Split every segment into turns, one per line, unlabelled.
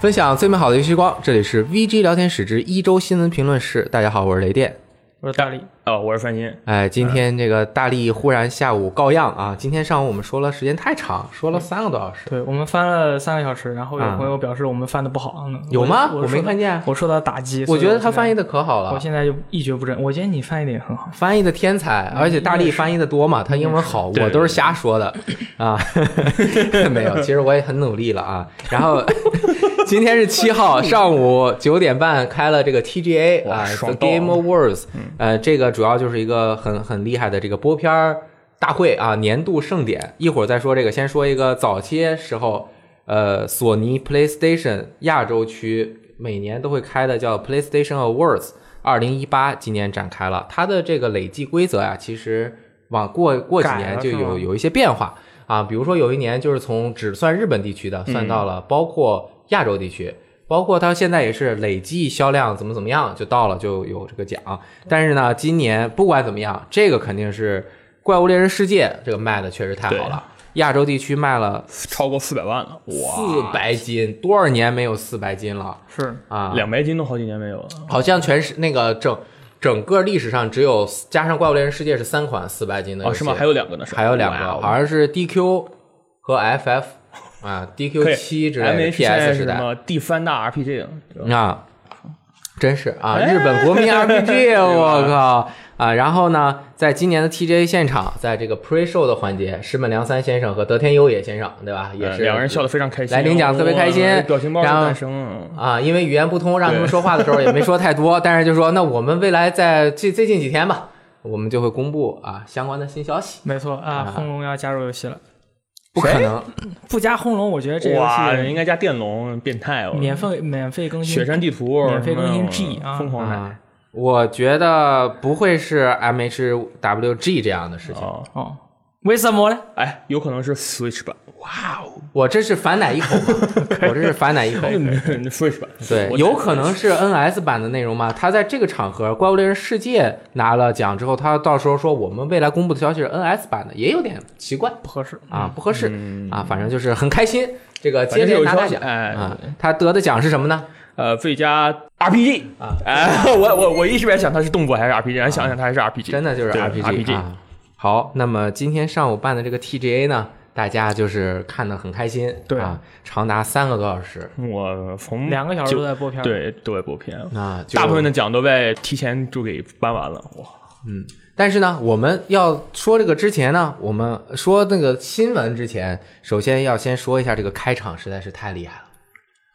分享最美好的游戏时光，这里是 VG 聊天室之一周新闻评论室。大家好，我是雷电。
我是大力，
啊
哦，我是范鑫，
哎，今天这个大力忽然下午告恙啊！今天上午我们说了时间太长，说了三个多小时，
对我们翻了三个小时，然后
啊
有朋友表示我们翻的不好，嗯
有吗？
我
我没看
见，
见。啊
我受到打击，
我觉得他翻
译，
译的可好
嗯
啊
我
了，
现在就一蹶不振。我觉得你翻译的也很好，
翻译的天才，而且大力翻译的多嘛，他英文好，
对
我都是瞎说的啊。 没有，其实我也很努力了啊。然 后今天是七号上午九点半开了这个 TGA
哇
啊
爽
，The
到嗯
Game Awards，呃，这个主要就是一个很很厉害的这个播片儿大会啊，年度盛典。一会儿再说这个，先说一个早些时候，呃，索尼 PlayStation 亚洲区每年都会开的叫 PlayStation Awards。二零一八今年展开了，它的这个累计规则呀、其实往过过几
改
年
了
就是有
吗
有一些变化啊，比如说有一年就是从只算日本地区的，算
嗯
到了包括亚洲地区，包括它现在也是累计销量怎么怎么样就到了就有这个奖。但是呢，今年不管怎么样，这个肯定是《怪物猎人世界》这个卖的确实太好了，亚洲地区卖了
超过四百万了，
四
哇，
百斤，多少年没有四百斤了
是
啊？
两白金都好几年没有了。
好像全是那个整整个历史上只有加上《怪物猎人世界》是三款四百斤的游
哦，
戏
是吗？还有两个呢，是吧
还有两
哇
个，
哦
好像是 DQ 和 FF 啊
可
，DQ
以
七之类的
MH 现在
PS
是
时
什
代
么第三大 RPG 了是吧
啊，真是啊，
哎
日本国民 RPG，
吧
我靠啊！然后呢，在今年的 TGA 现场，在这个 Pre Show 的环节，石本良三先生和德天优也先生，对吧？嗯也
呃
是
两个人笑得非常开心，
来领奖特别开心
哇表情包
然后
都诞生了。
啊，因为语言不通，让他们
对
说话的时候也没说太 多，但是就说那我们未来在最最近几天吧，我们就会公布啊相关的新消息。
没错
啊
啊。轰龙要加入游戏了，
不可能，
不加轰龙，我觉得这
哇，
游
应
戏嗯
该加电龙，变态哦！
免费免费更新，
雪山地图，
免费更新
什么
G 啊
疯狂买
啊，我觉得不会是 M H W G 这样的事情。
哦！
哦，为什么呢？
哎，有可能是 Switch 版，哇哦
我这是反奶一口吗？ 我这是反奶一口。
，Switch 版，
对，
哎我
有可能是 NS 版的内容嘛？他在这个场合，《怪物猎人世界》拿了奖之后，他到时候说我们未来公布的消息是 NS 版的，也有点奇怪
不合适，
嗯
啊，不合适、啊。反正就是很开心，这个
反
接
正是
连
有
拿
消
大
息，
奖
哎，
啊。他得的奖是什么呢？
呃，最佳 RPG 啊，哎，我我我一直在想它是动作还是 RPG，还想想它还是 RPG，
啊真的就是
对
RPG,
RPG
啊。好，那么今天上午办的这个 TGA 呢，大家就是看得很开心，
对
啊，长达三个多小时
我从
两个小时都在播片，，
对都在播片，
啊，就
大部分的奖都被提前就给颁完了，哇，
但是呢，我们要说这个之前呢，我们说那个新闻之前，首先要先说一下这个开场实在是太厉害了，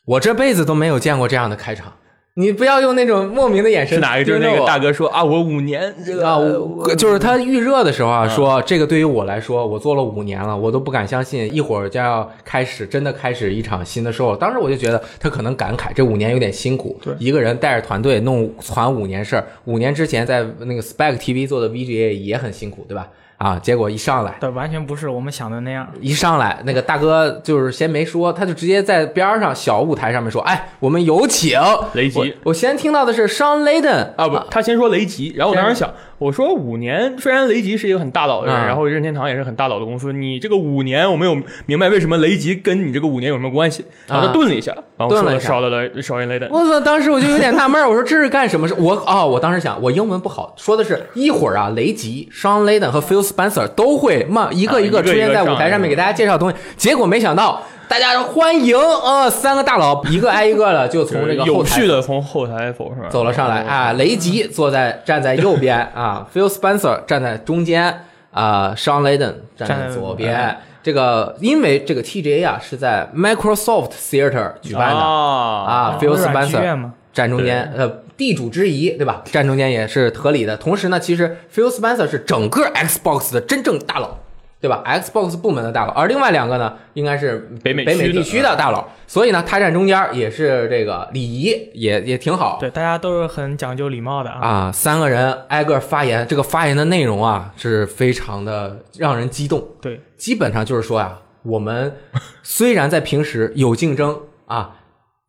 我这辈子都没有见过这样的开场。你不要用那种莫名的眼神
是哪个？就是那
盯着
个
我
大哥说啊，我五年这个
啊，我就是他预热的时候啊，说这个对于我来说，我做了五年了，我都不敢相信，一会儿就要开始真的开始一场新的 show 了。当时我就觉得他可能感慨这五年有点辛苦，
对
一个人带着团队弄攒五年事儿，五年之前在那个 Spec TV 做的 VGA 也很辛苦，对吧？啊，结果一上来。
对，完全不是我们想的那样，
一上来，那个大哥就是先没说，他就直接在边儿上小舞台上面说：“哎，我们有请
雷吉
我我先听到的是 Sean Layden
啊不，他先说雷吉，然后我当时
先
想，我说五年，虽然雷吉是一个很大佬的人，
嗯
然后任天堂也是很大佬的公司，你这个五年我没有明白为什么雷吉跟你这个五年有什么关系，然后
啊
他顿了一下，然后
顿
说
了一
了
下
少了了少人雷的，
我操！当时我就有点纳闷儿，我说这是干什么事？我哦，我当时想，我英文不好，说的是一会儿啊，雷吉、Sean Layden 和 Phil Spencer 都会慢一个一个
啊一个
出现在舞台上面
一个上来
给大家介绍东西。结果没想到，大家欢迎呃三个大佬一个挨一个的就从这个后
有
台
序的从后台走上来，
走了上来啊，雷吉坐在站在右边啊，Phil Spencer 站在中间啊、s e a n Layden 站在左边。这个因为这个 TGA 啊是在 Microsoft Theater 举办的
啊
啊，Phil
微软剧
Spencer
院嘛，
站中间，呃，地主之谊，对吧？站中间也是合理的。同时呢，其实 Phil Spencer 是整个 Xbox 的真正大佬，对吧？Xbox 部门的大佬，而另外两个呢，应该是
北美
北美
区的
地区的大佬，所以呢，他站中间也是这个礼仪也也挺好。
对，大家都是很讲究礼貌的啊，
啊，三个人挨个发言，这个发言的内容啊是非常的让人激动。
对，
基本上就是说呀、我们虽然在平时有竞争啊，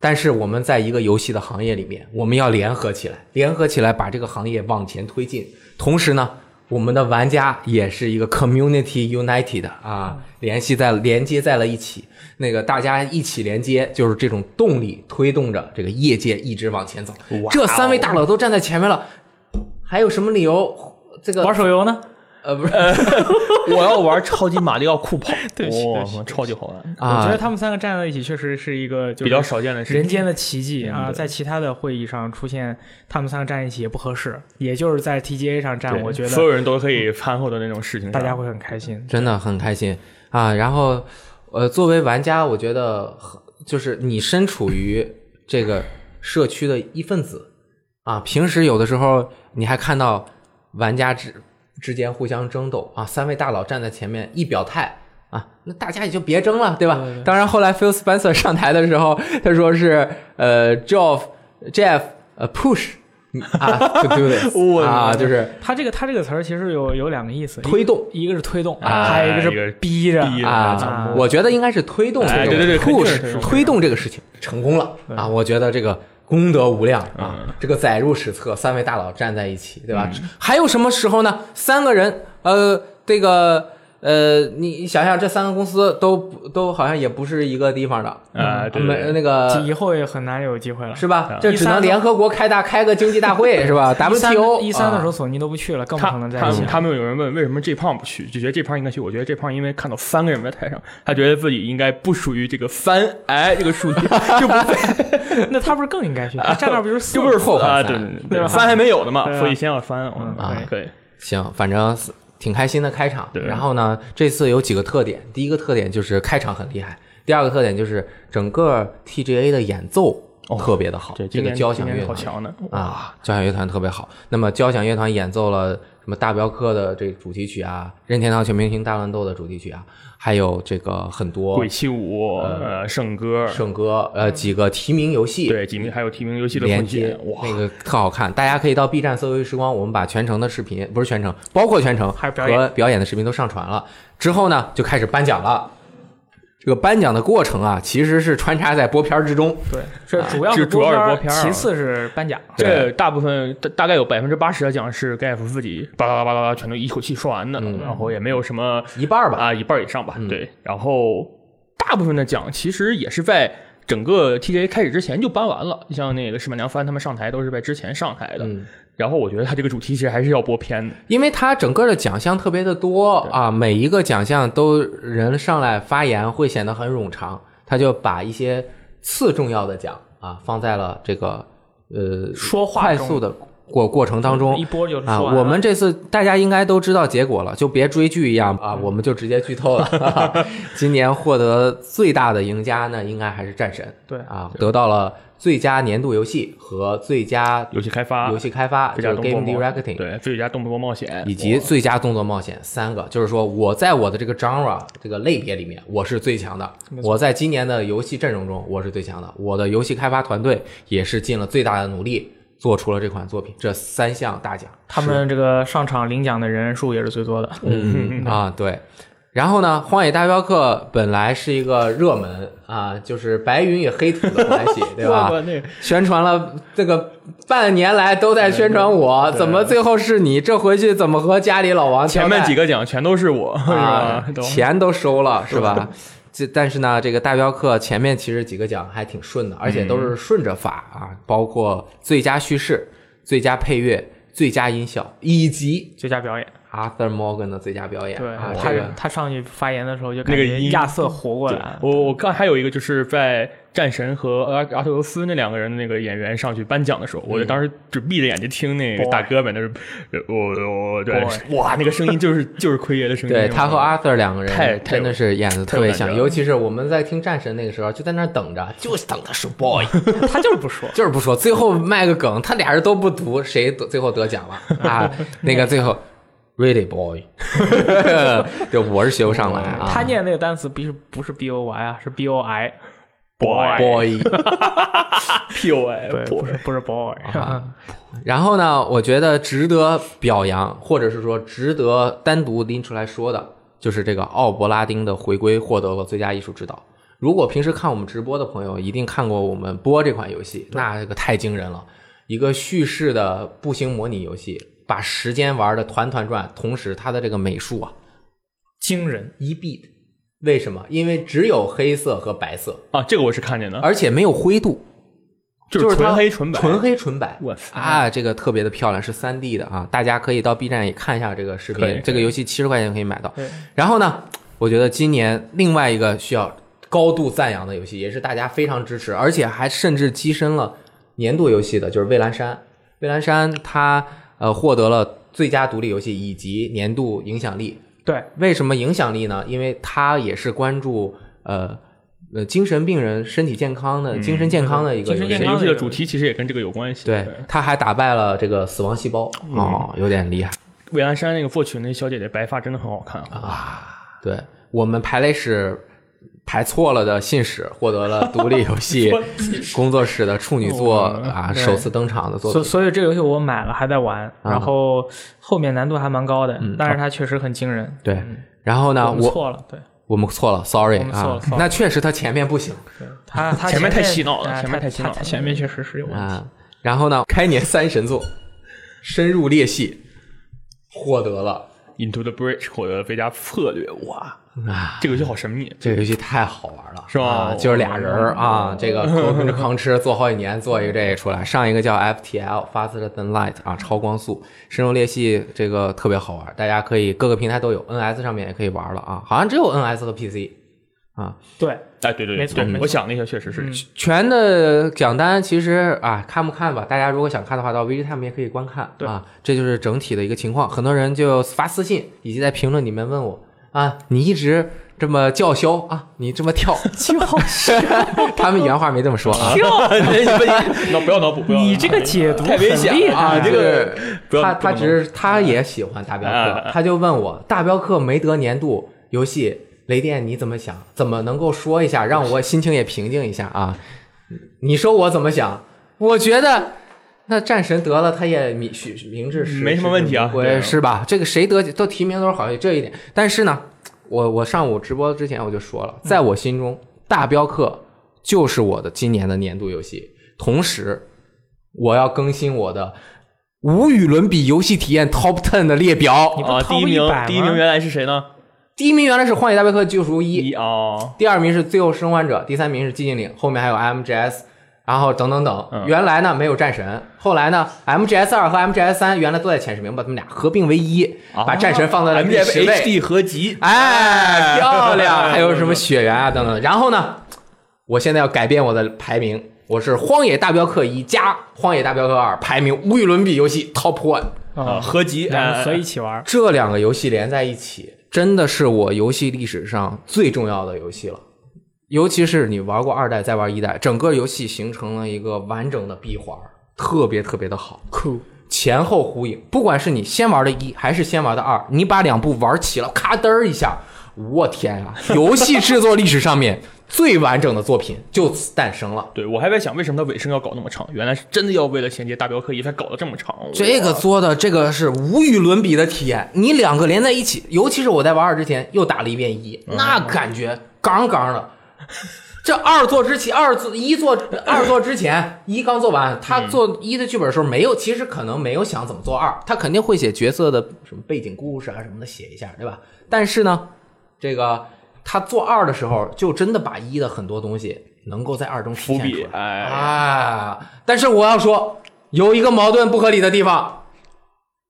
但是我们在一个游戏的行业里面，我们要联合起来，联合起来把这个行业往前推进。同时呢，我们的玩家也是一个 community united 啊，联系在连接在了一起，那个大家一起连接，就是这种动力推动着这个业界一直往前走。
哦
这三位大佬都站在前面了，还有什么理由？这个
玩手游呢？
呃不是
我要玩超级马里奥酷跑，
对不起
哇
对不起
超级好玩，
我觉
啊
得，他们三个站在一起，确实是一个就是
比较少见的事
人
情。
间的奇迹啊！
对
在其他的会议上出现他们三个站一起也不合适，也就是在 TGA 上站，
对
我觉
所
得
有人都可以憨厚的那种事情上，
大家会很开心。
真的很开心啊。然后，呃，作为玩家，我觉得很就是你身处于这个社区的一份子啊。平时有的时候你还看到玩家之之间互相争斗啊，三位大佬站在前面一表态。啊，那大家也就别争了，对吧？当然，后来 Phil Spencer 上台的时候，他说是呃，Jeff Jeff 呃 push 啊 to do this
我
啊，就是
他这个他这个词儿其实有有两个意思，一
推动
一个是推动，
啊
还有一个
一个
是
是
逼着
逼着
啊，我觉得应该是推动这
哎
个
对对对肯定是
push 推动这个事情成功了啊，我觉得这个功德无量啊，这个载入史册，三位大佬站在一起，对吧？还有什么时候呢？三个人，呃，这个。呃，你想想，这三个公司都不都好像也不是一个地方的
嗯
啊对对
没
对
那个
以后也很难有机会了。
是吧
啊？
这只
13
能
呢
联合国开大开个经济大会是吧
一三
？WTO
一三的
啊
时候，索尼都不去了，更不
他
可能在
他
一起
们
了。
他们有人问为什么这胖不去，就觉得这胖应该去。我觉得这胖因为看到三个人在台上，他觉得自己应该不属于这个三哎这个数字，就不
那他不是更应 该去？他站那儿不就是四
就
个
不
人
是
吗？
后
啊，
三
对对对
对吧
对，翻还没有呢嘛
对，啊
所以先要翻。嗯
啊
可以，
行，反正是挺开心的开场。
对
然后呢，这次有几个特点，第一个特点就是开场很厉害，第二个特点就是整个 TGA 的演奏
哦
特别的好，
对，
这
今
个
年
交
今
响
年
乐
好
团
强呢，
啊，交响乐团特别好。那么交响乐团演奏了什么大镖客的这主题曲啊，任天堂全明星大乱斗的主题曲啊，还有这个很多
鬼泣五，呃，圣歌，
圣歌，呃，几个提名游戏，
对，几名还有提名游戏的
连
混
接
血，，哇
那，个特好看，大家可以到 B 站搜“游戏时光”，我们把全程的视频，不是全程，包括全程
还有表演
和表演的视频都上传了。之后呢，就开始颁奖了。这个颁奖的过程啊，其实是穿插在播片儿之中。
对，这主要
这
是
主要啊是
播
播
片
片
儿
儿
其次是颁奖。
这大部分大大概有百分之八十的奖是盖夫自己巴拉巴拉巴拉全都一口气说完的，然后也没有什么
嗯一半儿吧嗯
啊一半儿以上吧，对。然后大部分的奖其实也是在整个 TGA 开始之前就颁完了，像那个石板娘帆他们上台都是在之前上台的。
嗯
然后我觉得他这个主题其实还是要播偏的，
因为它整个的奖项特别的多啊，每一个奖项都人上来发言会显得很冗长，他就把一些次重要的奖啊放在了这个呃
说话
快
中
速的过过程当中
一波就是
啊。
说完了
我们这次大家应该都知道结果了，就别追剧一样
嗯
啊，我们就直接剧透 了。今年获得最大的赢家呢，应该还是战神
对
啊，得到了最佳年度游戏和最佳
游戏开
啊
发、
游戏开发，
最
就
佳
是
动作
Game
冒
Directing。
对最佳动作冒险
以及
哇
最佳动作冒险三个，就是说我在我的这个 genre 这个类别里面我是最强的，我在今年的游戏阵容中我是最强的，我的游戏开发团队也是尽了最大的努力做出了这款作品，这三项大奖，
他们这个上场领奖的人数也是最多的。
嗯啊对。然后呢，《荒野大镖客》本来是一个热门啊，就是白云与黑土的关系， 对吧？
哇那个
宣传了这个半年来都在宣传我，怎么最后是你？这回去怎么和家里老王交代
前面几个奖全都是我， 是
啊
吧？，都
钱都收了是吧？这但是呢，这个大镖客前面其实几个奖还挺顺的，而且都是顺着发啊，包括最佳叙事、最佳配乐、最佳音效以及
最佳表演，
Arthur Morgan 的最佳表演
对
啊，
他
这个
他上去发言的时候就感
那个
觉
音
亚瑟活过来了。
我我刚还有一个就是在战神和阿阿特尤斯那两个人的那个演员上去颁奖的时候，我就当时就闭着眼睛听那
嗯
个
Boy
大哥们，那是我我对
Boy
哇，那个声音就是就是奎爷的声音，
对他和
阿
Arthur 两个
太
人
太
真的是演的特别
太有感
像，
觉了
尤其是我们在听战神那个时候，就在那儿等着，就是等他说 boy，。
他就是不说
就是不说，最后卖个梗，他俩人都不读，谁得最后得奖了啊？那个最后 really boy，对，我是学不上来啊。
他念那个单词不是不是 b o y 啊，是 b o i，
boy
boy，
P O I
对，不是不是 boy，
啊
然后呢，我觉得值得表扬，或者是说值得单独拎出来说的，就是这个奥伯拉丁的回归获得了最佳艺术指导。如果平时看我们直播的朋友，一定看过我们播这款游戏，那这个太惊人了！一个叙事的步行模拟游戏，把时间玩的团团转，同时它的这个美术啊
惊人，
一 bit，为什么？因为只有黑色和白色，
啊，这个我是看见的，
而且没有灰度，
就
就是它
纯黑纯白，
纯黑纯白。
我操
啊，这个特别的漂亮，是3 D 的啊，大家可以到 B 站也看一下这个视
可以
频，这个游戏七十块钱可以买到
对。
然后呢，我觉得今年另外一个需要高度赞扬的游戏，也是大家非常支持，而且还甚至跻身了年度游戏的，就是《蔚蓝山》。《蔚蓝山》它呃获得了最佳独立游戏以及年度影响力。
对，
为什么影响力呢？因为它也是关注呃呃精神病人身体健康
嗯
的、精神健康的一个
精
游
神
戏
健。
这个
康
游戏的
的
主题其实也跟这个有关系。
对，他还打败了这个死亡细胞，哦，有点厉害
魏安山那个破群那小姐姐白发真的很好看啊，
啊！对我们排雷史排错了的信使获得了独立游 戏工作室的处女作啊，
嗯对
首次登场的作
所
品。
所以这个游戏我买了还在玩，
啊
然后后面难度还蛮高的，
嗯
但是它确实很惊人。
对，然后
啊
呢，
我们
我
错了，对
我们错了，sorry
我们错了
啊
，sorry，
那确实他前面不行
对，它 它
前面太洗脑了
哎
前面太洗脑了
它它前面确实是有问题。
啊。然后呢，开年三神作《深入裂隙》获得了
Into the Bridge 获得了最佳策略，哇，
啊，
这个游戏好神秘。
这个游戏太好玩了，
是吧
啊就是俩人儿啊，这个吭哧吭哧做好几年，做一个这个出来。上一个叫 FTL Faster Than Light 啊，超光速深入裂隙，这个特别好玩，大家可以各个平台都有，NS 上面也可以玩了啊，好像只有 NS 和 PC 啊。
对，
哎，对对对，
没错
对
没错
我想了一下，确实是
嗯
全的奖单其实啊，看不看吧，大家如果想看的话，到 VGTime 也可以观看
对
啊。这就是整体的一个情况，很多人就发私信以及在评论里面问我啊，你一直这么叫嚣啊，你这么跳叫嚣， 他们原话没这么说啊。
哟，
脑哎不要脑补， 不要脑补
你这个解 读
太危险
很厉害
啊！这个不要
他
不
他
能
只是他也喜欢大镖
哎哎
客
哎，
他就问我大镖客没得年度游戏，雷电你怎么想？怎么能够说一下，让我心情也平静一下啊？你说我怎么想？我觉得那战神得了，他也明许明智是
没什么问题啊对
我是吧？这个谁得都提名都是好这一点，但是呢，我我上午直播之前我就说
嗯
了，在我心中大镖客就是我的今年的年度游戏，同时我要更新我的无与伦比游戏体验 Top Ten 的列表。
不
啊，
掏
第一
个
名
100吗
第一名原来是谁呢？
第一名原来是《荒野大镖客：救赎一》，
一哦，
第二名是《最后生还者》，第三名是《寂静岭》，后面还有 MGS，然后等等等。
嗯
原来呢没有战神，后来呢 MGS 二和 MGS 三原来都在前十名，把他们俩合并为一，
啊
把战神放在了第
MGF
十位。
HD 合集，
哎，漂亮！还有什么血缘啊等等。然后呢，我现在要改变我的排名，我是《荒野大镖客一》加《荒野大镖客二》排名无与伦比游戏 Top One。
啊，
啊，
合集，
两个
哎
合一起玩，
这两个游戏连在一起，真的是我游戏历史上最重要的游戏了。尤其是你玩过二代再玩一代，整个游戏形成了一个完整的闭环，特别特别的好，
酷，
前后呼应。不管是你先玩的一还是先玩的二，你把两部玩齐了，咔噔儿一下，我天呀、游戏制作历史上面最完整的作品就此诞生了。
对我还在想，为什么它尾声要搞那么长？原来是真的要为了衔接大镖客一才搞得这么长。
这个做的这个是无与伦比的体验，你两个连在一起，尤其是我在玩二之前又打了一遍一，
嗯
那感觉杠杠的。这二做之前，二做一 做二做之前，一刚做完，他做一的剧本的时候没有，其实可能没有想怎么做二，他肯定会写角色的什么背景故事啊什么的写一下，对吧？但是呢，这个他做二的时候，就真的把一的很多东西能够在二中体
伏
现出
笔
来，。
哎，
啊，但是我要说，有一个矛盾不合理的地方，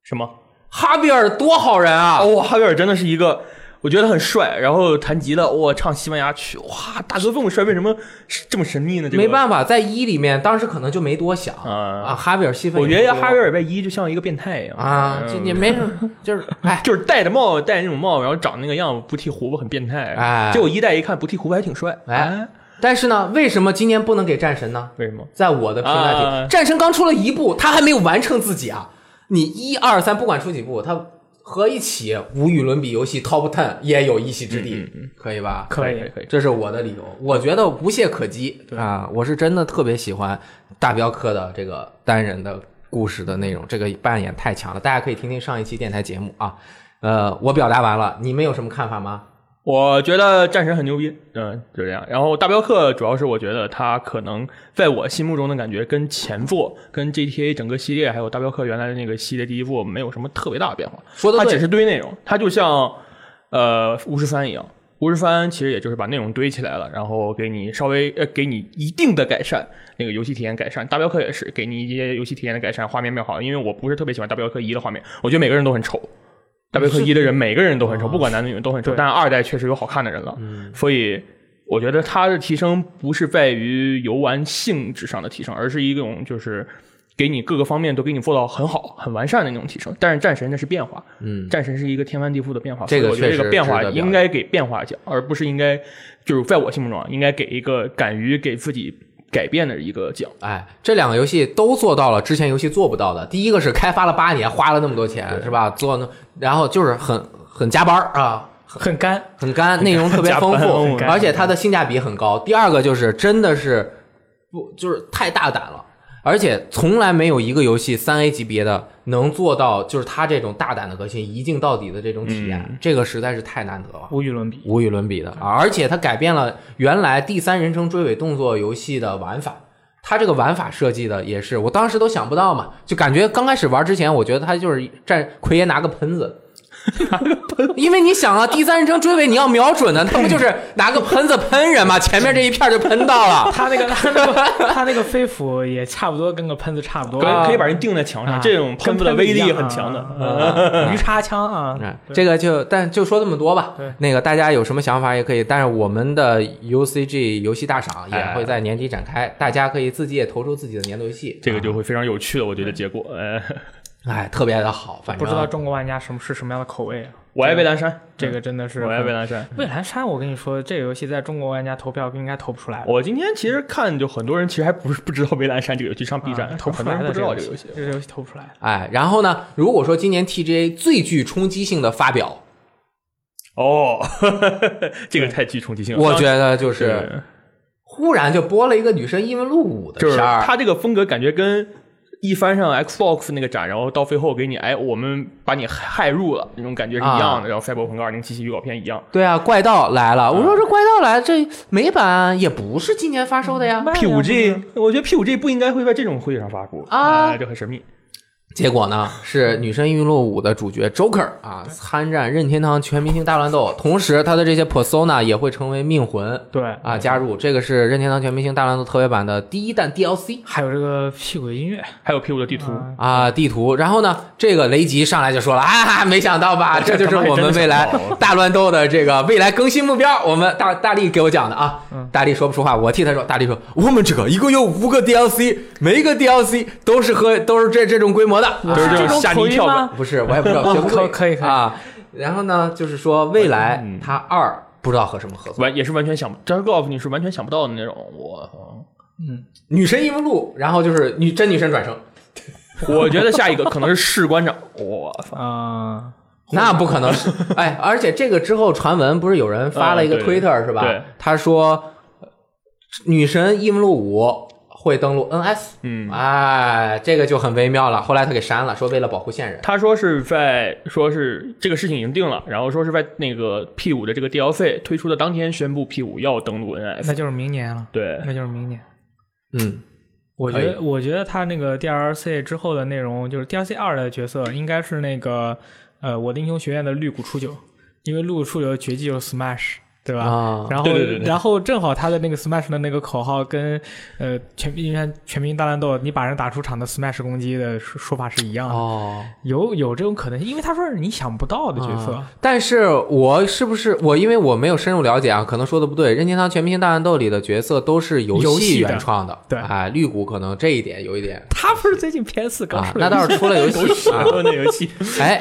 什么？
哈比尔多好人啊！
哦，哈维尔真的是一个，我觉得很帅，然后弹吉他，哇，唱西班牙曲，哇，大哥这么帅，为什么是这么神秘呢？这个
没办法，在一里面，当时可能就没多想
啊
啊。哈比尔戏份
我
也
觉
不多，
得哈维尔在一就像一个变态一样
啊，
嗯
这也没什么，就是哎，
就是戴着帽，戴那种帽，然后长那个样子，不剃胡子很变态。
哎
结果一戴一看不剃胡子还挺帅。啊
哎，但是呢，为什么今年不能给战神呢？
为什么？
在我的评价里，
啊
战神刚出了一部，他还没有完成自己啊。你一二三不管出几部，他合一起无与伦比游戏 Top Ten 也有一席之
嗯
地，可以吧？
可
可以
以，
可以。
这是我的理由，我觉得无懈可击啊！我是真的特别喜欢大镖客的这个单人的故事的内容，这个扮演太强了。大家可以听听上一期电台节目啊。呃，我表达完了，你们有什么看法吗？
我觉得战神很牛逼，嗯，就这样。然后大镖客主要是我觉得它可能在我心目中的感觉跟前作、跟 GTA 整个系列还有大镖客原来的那个系列第一部没有什么特别大的变化，
说的
它只是堆内容，它就像呃巫师三一样，巫师三其实也就是把内容堆起来了，然后给你稍微呃给你一定的改善，那个游戏体验改善。大镖客也是给你一些游戏体验的改善，画面变好。因为我不是特别喜欢大镖客一的画面，我觉得每个人都很丑。大镖客一的人每个人都很丑，不管男女都很丑，但二代确实有好看的人了，所以我觉得它的提升不是在于游玩性质上的提升，而是一种就是给你各个方面都给你做到很好、很完善的那种提升。但是战神那是变化，
嗯，
战神是一个天翻地覆的变化，
这个
所以我觉得这
确实
个变化
值得表扬
应该给变化奖，而不是应该就是在我心目中啊，应该给一个敢于给自己改变的一个奖。
哎，这两个游戏都做到了之前游戏做不到的。第一个是开发了八年，花了那么多钱，是吧？做那，然后就是很很加班儿啊，
很干，
很干，内容特别丰
加班
很
富，
干
而且它的性价比很高。第二个就是真的是不就是太大胆了，而且从来没有一个游戏三 A 级别的能做到就是它这种大胆的革新、一镜到底的这种体验，这个实在是太难得了。
无与伦比。
无与伦比的
嗯
啊！而且它改变了原来第三人称追尾动作游戏的玩法，它这个玩法设计的也是，我当时都想不到嘛，就感觉刚开始玩之前，我觉得它就是站奎爷拿个喷 子。因为你想啊，第三人称追尾你要瞄准的，那不就是拿个喷子喷人嘛？前面这一片就喷到了，
他那个他那个他那个飞斧也差不多跟个喷子差不多，
可以可以把人钉在墙上，
啊
这种喷子的威力很强的。
跟喷
嗯
子一样啊鱼叉枪啊
嗯，，这个就但就说这么多吧
对。
那个大家有什么想法也可以，但是我们的 UCG 游戏大赏也
哎
会在年底展开，大家可以自己也投出自己的年度游戏。啊
这个就会非常有趣的，我觉得结果，呃，
哎，特别的好，反
不
正
知道中国玩家什么是什么样的口味啊？
我爱魏蓝山，
这个真的是
嗯我爱魏蓝山。
蔚蓝山，我跟你说，这个游戏在中国玩家投票应该投不出来的，
我今天其实看，就很多人其实还不是不知道《蔚蓝山》这个游戏上 B 站，
啊投
很
不出
多
来
人
的
不知道这
个
个游戏。
这个游戏投不出来。
哎，然后呢，如果说今年 TGA 最具冲击性的发表，
哦， 这个太具冲击性了。
我觉得就
就是
忽然就播了一个女生异闻录五的
就是
片儿，
它这个风格感觉跟一翻上 Xbox 那个展，然后到最后给你哎，我们把你害入了那种感觉是一样
啊
的，然后《赛博朋克2077》预告片一样。
对啊，怪盗来了。我
嗯
说这怪盗来了，这美版也不是今年发售的呀。
嗯
P 五 G，我觉得 P 五 G 不应该会在这种会议上发布
啊
哎就很神秘。
结果呢，是《女神异闻录五》的主角 Joker 啊，参战任天堂全明星大乱斗，同时他的这些 persona 也会成为命魂
对，
啊加入。这个是任天堂全明星大乱斗特别版的第一弹 DLC。
还有这个屁股的音乐，
还有 P 五的地图，
啊
啊，地图。然后呢，这个雷吉上来就说了 啊，没想到
哎
吧，这就是我们未来 大乱斗的这个未来更新目标。我们大大力给我讲的啊，
嗯
大力说不出话，我替他说。大力说，我们这个一共有五个 DLC，每一个 DLC 都是和都是这这种规模的，
都是这
这
种
种
吓你
口
一
音
跳的
吗。
不是，我也 不知道，学不会
啊可可以嗯可以
啊。然后呢，就是说未来他二不知道和什么合作，
完也是完全想不，这 Golf 你是完全想不到的那种。我
女神异闻录，然后就是女真女神转生，
我觉得下一个可能是士官长， 我操，
啊，
那不可能是，哎，而且这个之后传闻不是有人发了一个
嗯对
推特、是吧？
对
他说呃女神异闻录五会登陆 NS，
嗯
哎，这个就很微妙了。后来他给删了，说为了保护线人。
他说是在说是这个事情已经定了，然后说是在那个 P 五的这个 DLC 推出的当天宣布 P 五要登陆 NS，
那就是明年了，
对
那就是明年。
嗯，
我觉
可以
得，我觉得他那个 DLC 之后的内容，就是 DLC 二的角色，应该是那个呃，我的英雄学院的绿谷初九，因为绿谷初九的绝技就是 Smash，对吧？
啊
然后
对对对对
然后正好他的那个 Smash 的那个口号跟呃全民全民大乱斗，你把人打出场的 Smash 攻击的说说法是一样的，
哦，
有有这种可能性，因为他说是你想不到的角色，
啊但是我是不是我因为我没有深入了解啊，可能说的不对。任天堂《全明星大乱斗》里的角色都是游
游
戏
戏的
原创的，
对
哎，绿谷可能这一点有一点
他不是最近 PS 四刚
啊，
出来
那
的、
倒是出了游 戏啊，
那游戏
哎，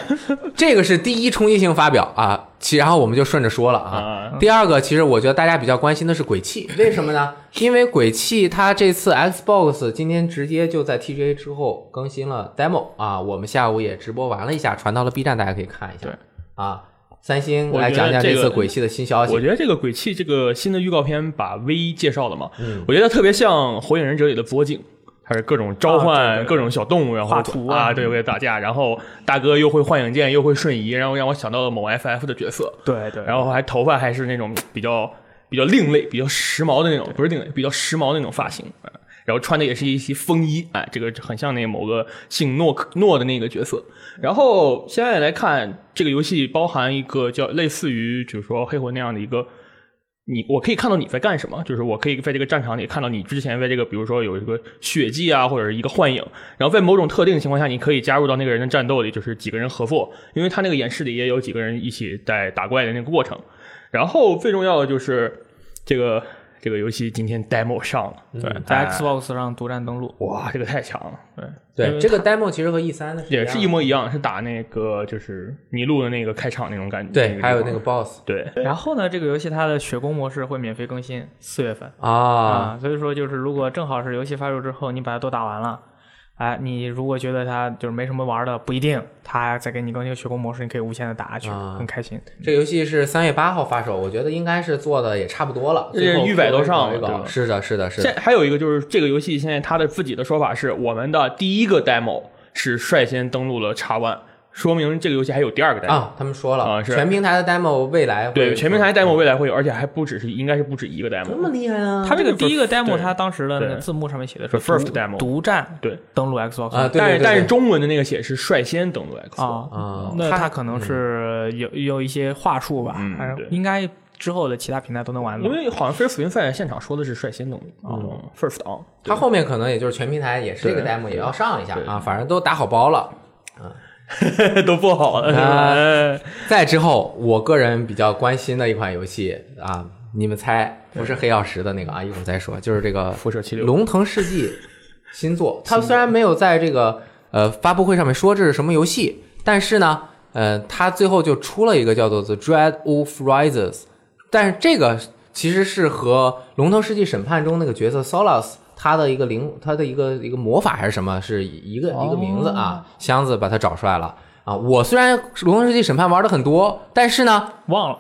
这个是第一冲击性发表啊，其然后我们就顺着说了啊。
啊，
第二个，其实我觉得大家比较关心的是鬼泣，为什么 呢？因为鬼泣它这次 Xbox 今天直接就在 TGA 之后更新了 demo 啊，我们下午也直播完了一下，传到了 B 站，大家可以看一下。
对
啊，三星
我觉得
来讲讲
这
这
个
次鬼泣的新
啊
消
我
息。
觉得这个鬼
嗯
泣这个新的预告片把 V 介绍了嘛，我觉得特别像《火影忍者》里的佐井，它是各种
啊
召
对
唤
对对
各种小动物，然后
画图啊
啊，对，为了打架，然后大哥又会换影剑，又会瞬移，然后让我想到了某 FF 的角色，
对对，
然后还头发还是那种比较比较另类、比较时髦的那种，不是另类，比较时髦的那种发型啊。然后穿的也是一袭风衣，哎，这个很像那某个姓诺克诺的那个角色。然后现在来看，这个游戏包含一个叫类似于，就是说黑魂那样的一个，你我可以看到你在干什么，就是我可以在这个战场里看到你之前在这个，比如说有一个血迹啊，或者是一个幻影，然后在某种特定的情况下，你可以加入到那个人的战斗里，就是几个人合作，因为他那个演示里也有几个人一起在打怪的那个过程。然后最重要的就是这个这个游戏今天 demo 上了，
嗯
对，
在
哎
Xbox 上独占登录，
哇，这个太强了，对。
对，这个 demo 其实和 E 三的
也是一
样的
模一样，是打那个就是尼禄的那个开场那种感觉。
对，还有那
地
个
方
boss
对，
然后呢，这个游戏它的雪宫模式会免费更新，四月份
啊，
啊，所以说就是如果正好是游戏发售之后，你把它都打完了，哎，你如果觉得它就是没什么玩的，不一定，它再给你更新雪宫模式，你可以无限的打下去，
啊
很开心。
嗯
这个游戏是三月八号发售，我觉得应该是做的也差不多了，
这是
最后
预载都
搞一
上了
搞
对吧
是的，是的，是
现
的，
还有一个就是这个游戏现在它的自己的说法是，我们的第一个 demo 是率先登录了 X One，说明这个游戏还有第二个 demo。
啊，他们说了，
啊是
全平台的 demo 未来会
对，全平台 demo 未来会有，而且还不只是应该是不止一个 demo。
这么厉害啊呢？
它这个第一个
对
demo，它当时的那个
对
字幕上面写的
是
是
first
独
demo
独占
对，
登录 Xbox
啊，对
但
对
是
对，
但是
对
中文的那个写是率先登录 X。
啊
啊
那
它
它可能是有有一些话术吧
嗯，
反正
对
应该之后的其他平台都能玩到
因。为好像 First Win 在现场说的是率先登录啊、f i r s t on。
它后面可能也就是全平台也是这个
对
demo 也要上一下
对
啊，反正都打好包了。
都不好
呃
了，是
啊
吧？
再之后，我个人比较关心的一款游戏啊，你们猜不是黑曜石的那个啊，一会儿再说，就是这个
辐射七
《
六，
龙腾世纪》新 作。它虽然没有在这个呃发布会上面说这是什么游戏，但是呢，呃，它最后就出了一个叫做《The Dread of Rises》，但是这个其实是和《龙腾世纪审判》中那个角色 Solas。他的一个灵，他的一个一个魔法还是什么，是一个一个名字啊，箱子把它找出来了啊。我虽然《龙腾世纪审判》玩的很多，但是呢，
忘了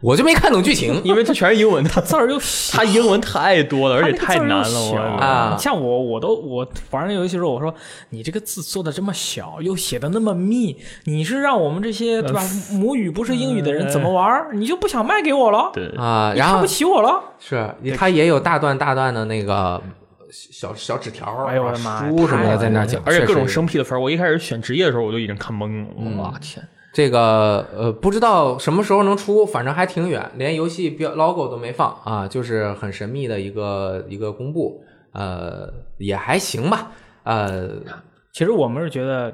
我就没看懂剧 情
因为它全是英文的，
字儿又小
它英文太多了，而且太
它那个字儿又小
难了，我
啊
像我，我都我玩那游戏的时候，我说你这个字做的这么小，又写的那么密，你是让我们这些对吧
呃
母语不是英语的人怎么玩儿？你就不想卖给我了？
对，
啊。
你
然
看
后
不起我了？
是他也有大段大段的那个小小纸条儿，啊
哎呦我的妈呀
书什么的在那儿讲，
而且
确
各种
实有
生僻的词儿，我一开始选职业的时候我都已经看懵了，哇天！
这个呃，不知道什么时候能出，反正还挺远，连游戏标 logo 都没放啊，就是很神秘的一个一个公布，呃，也还行吧，呃，
其实我们是觉得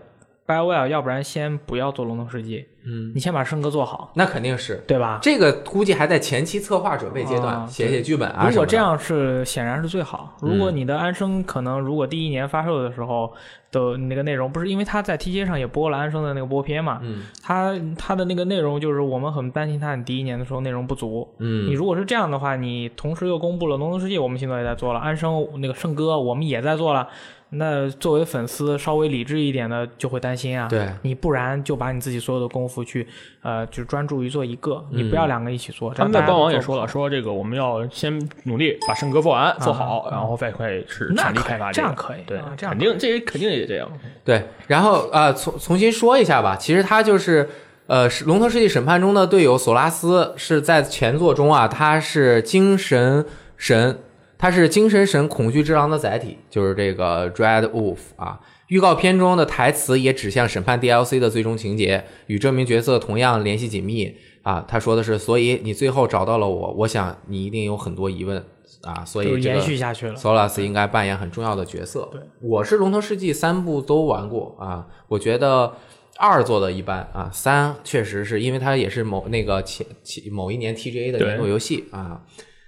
BioWare 要不然先不要做《龙腾世纪》，
嗯，
你先把圣歌做好，
那肯定是
对吧？
这个估计还在前期策划准备阶段，
啊
写写剧本啊
如
什么
果
的嗯
这，样是显然是最好。如果你的安生可能，如果第一年发售的时候的那个内容，不是因为他在 TJ 上也播了安生的那个播片嘛，
嗯
他他的那个内容就是我们很担心他你第一年的时候内容不足。你
嗯
如果是这样的话，你同时又公布了《龙腾世纪》，我们现在也在做了，安生那个圣歌我们也在做了。那作为粉丝稍微理智一点的就会担心啊，
对
你不然就把你自己所有的功夫去，呃，就专注于做一个，你不要两个一起做。这
嗯他
样
们在
大家
官网也
做不
说了，说这个我们要先努力把圣歌做完做好，然后再快是
啊那
全力
可以
开发
这
个
样可以
对
啊，这样
肯
可以
定这肯定也这样，
对，然后呃，重重新说一下吧，其实他就是。呃，是《龙头世纪审判》中的队友索拉斯是在前作中啊，他是精神神，他是精神神恐惧之狼的载体，就是这个 Dread Wolf 啊。预告片中的台词也指向审判 DLC 的最终情节，与这名角色同样联系紧密啊。他说的是，所以你最后找到了我，我想你一定有很多疑问啊，所
就
以这
延
个
续下去了。
索拉斯应该扮演很重要的角色。
对，
我是《龙腾世纪》三部都玩过啊，我觉得二做的一般啊，三确实是因为它也是某那个前前某一年 TGA 的
对
年度游戏啊。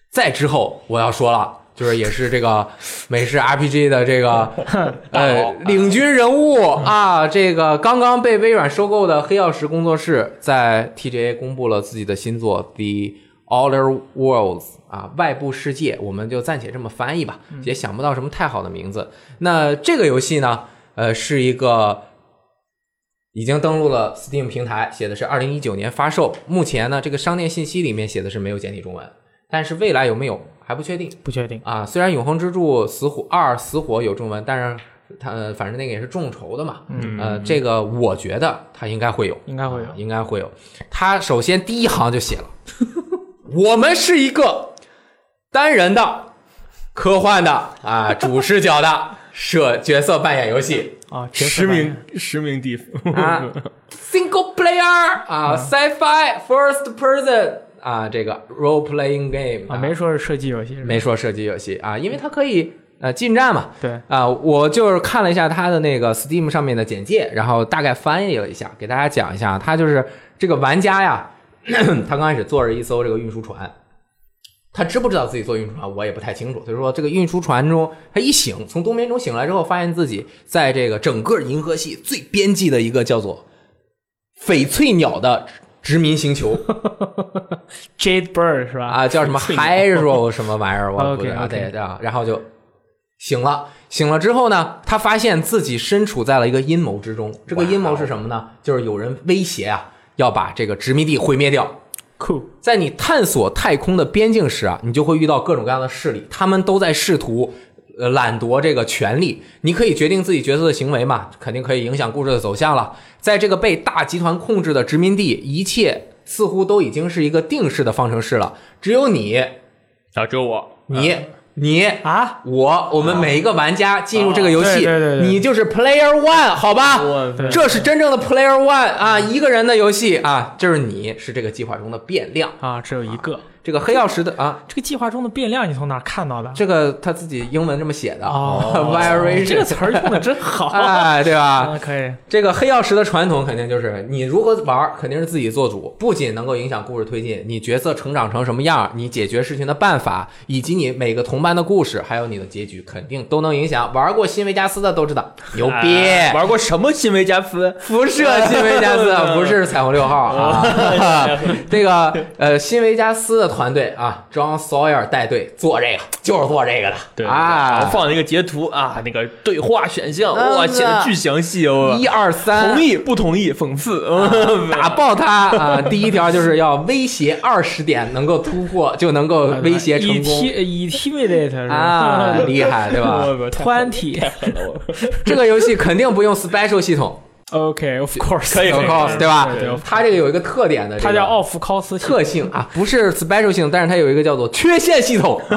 再之后我要说了，就是也是这个美式 RPG 的这个呃领军人物啊，这个刚刚被微软收购的黑曜石工作室在 TGA 公布了自己的新作《The Outer Worlds》啊，外部世界，我们就暂且这么翻译吧，也想不到什么太好的名字。那这个游戏呢，呃，是一个已经登录了 Steam 平台，写的是二零一九年发售。目前呢，这个商店信息里面写的是没有简体中文，但是未来有没有还不确定
不确定。
啊。虽然《永恒之柱》死火二死火有中文，但是它、呃、反正那个也是众筹的嘛。
嗯
呃，这个我觉得它应该会有，
应该会有
啊应该会有。它首先第一行就写了， 我们是一个单人的、科幻的啊主视角的 设角色扮演游戏。
啊，角色
实
扮演
名实名地府，
啊，single player 啊、s c i f i first person 啊，这个 role playing game
啊，没说是射击游戏，是吧
没说射击游戏啊，因为它可以呃近战嘛
对，
啊，我就是看了一下它的那个 Steam 上面的简介，然后大概翻译了一下，给大家讲一下，它就是这个玩家呀， 他刚开始坐着一艘这个运输船。他知不知道自己坐运输船，我也不太清楚。所以说，这个运输船中，他一醒，从冬眠中醒来之后，发现自己在这个整个银河系最边际的一个叫做翡翠鸟的殖民星球
Jade Bird 是吧？
啊，叫什么
翡翠鸟
Hydro 什么玩意儿，我不知道。
OK，OK
对对啊，然后就醒了，醒了之后呢，他发现自己身处在了一个阴谋之中。这个阴谋是什么呢？就是有人威胁啊，要把这个殖民地毁灭掉。
酷，
在你探索太空的边境时啊，你就会遇到各种各样的势力，他们都在试图。呃，揽夺这个权利，你可以决定自己角色的行为嘛，肯定可以影响故事的走向了。在这个被大集团控制的殖民地，一切似乎都已经是一个定式的方程式了。只有你，
啊，只有我，
你，你
啊，
我，我们每一个玩家进入这个游戏，
对对对对
你就是 Player One，好
啊
吧？
我哎
对
这是真正的 Player One 啊，一个人的游戏啊，就是你是这个计划中的变量。
啊，只有一个。
这个黑曜石的啊，
这个计划中的变量你从哪儿看到的？
这个他自己英文这么写的
哦
，variation
这个词儿用的真好
哎，对吧？
啊，可以
这个黑曜石的传统肯定就是你如何玩儿，肯定是自己做主，不仅能够影响故事推进，你角色成长成什么样，你解决事情的办法，以及你每个同伴的故事，还有你的结局，肯定都能影响。玩过新维加斯的都知 道，牛逼！
哎玩过什么新维加斯？
辐射新维加斯不是彩虹六号 啊，这个呃新维加斯的团队啊，John Sawyer 带队做这个，就是做这个的，
对
啊
我，放了一个截图啊，那个对话选项，
嗯
哇，写的巨详细哦。
一二三
同，意不同意？讽刺，
啊
嗯
打爆他啊！第一条就是要威胁二十点，能够突破就能够威胁成功
T intimidate 是吧？
啊， 厉害对 吧？
Twenty
这个游戏肯定不用 special 系统
OK of course
可以
of course 对吧
对对对？
它这个有一个特点的，
它叫奥。福考斯系
特性啊，不是 special 性，但是它有一个叫做缺陷系统。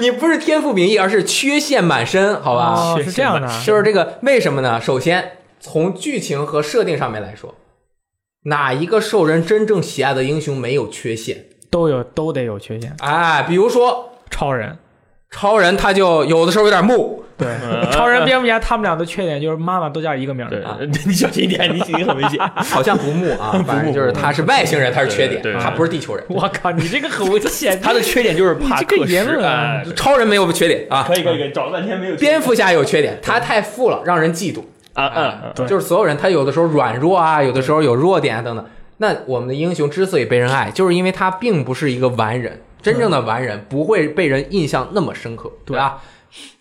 你不是天赋名义，而是缺陷满身，好吧？
哦，是这样的啊，
就是这个为什么呢？首先，从剧情和设定上面来说，哪一个受人真正喜爱的英雄没有缺陷？
都有都得有缺陷。
哎，比如说
超人，
超人，他就有的时候有点 木，
对，
嗯
超人、蝙蝠侠他们俩的缺点就是妈妈都叫一个名儿
对， 你小心一点，你你很危险。
好像不木 啊，反正就是他是外星人，他是缺点
对对，对
他不是地球人。
我靠，你这个很危险。
他的缺点就是怕
你这个
克时
言论啊
哎对
超人没有缺点啊，
可以可以可以，找了半天没有
蝙蝠侠有缺点，他太富了，让人嫉妒。
啊
啊
啊，
对
就是所有人他有的时候软弱啊，有的时候有弱点啊等等。那我们的英雄之所以被人爱，就是因为他并不是一个完人，真正的完人不会被人印象那么深刻，对吧？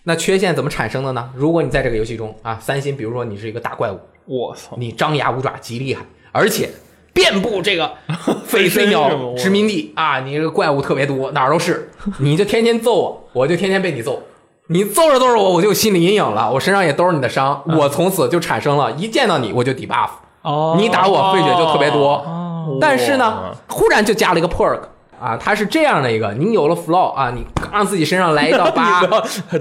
那缺陷怎么产生的呢？如果你在这个游戏中啊，三星，比如说你是一个大怪物，
我操，
你张牙舞爪极厉害，而且遍布这个翡翠
是吗
鸟
我
殖民地啊，你这个怪物特别多，哪儿都是，你就天天揍我，我就天天被你揍。你揍着揍着我，我就有心理阴影了，我身上也都是你的伤，我从此就产生了一见到你我就 debuff，
哦，
你打我费血就特别多。
哦，
但是呢，忽然就加了一个 perk 啊，它是这样的一个，你有了 flow 啊，你让自己身上来一道疤，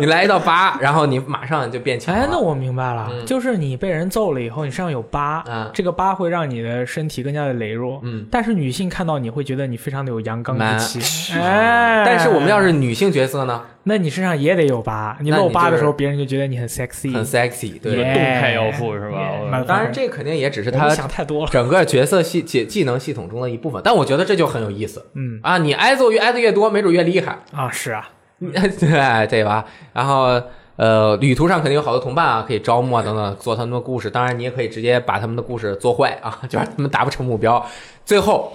你来一道疤，然后你马上就变强了。
哎，那我明白了，就是你被人揍了以后，你身上有疤
嗯啊，
这个疤会让你的身体更加的羸弱。
嗯，
但是女性看到你会觉得你非常的有阳刚
Man
之气。哎，
但是我们要是女性角色呢，
那你身上也得有疤，你
那你
露疤
就
的
是
时候，别人就觉得你很 sexy。
很 sexy，对。
Yeah
动态腰腹是吧
Yeah，？
我
蛮
当然，这肯定也只是
我们
他
想太多了。
整个角色系技技能系统中的一部分，但我觉得这就很有意思
嗯
啊！你挨揍越挨的越多，没准越厉害，
啊，是啊，
对对吧？然后呃，旅途上肯定有好多同伴啊，可以招募啊等等，做他们的故事。当然，你也可以直接把他们的故事做坏啊， 就让他们达不成目标。最后。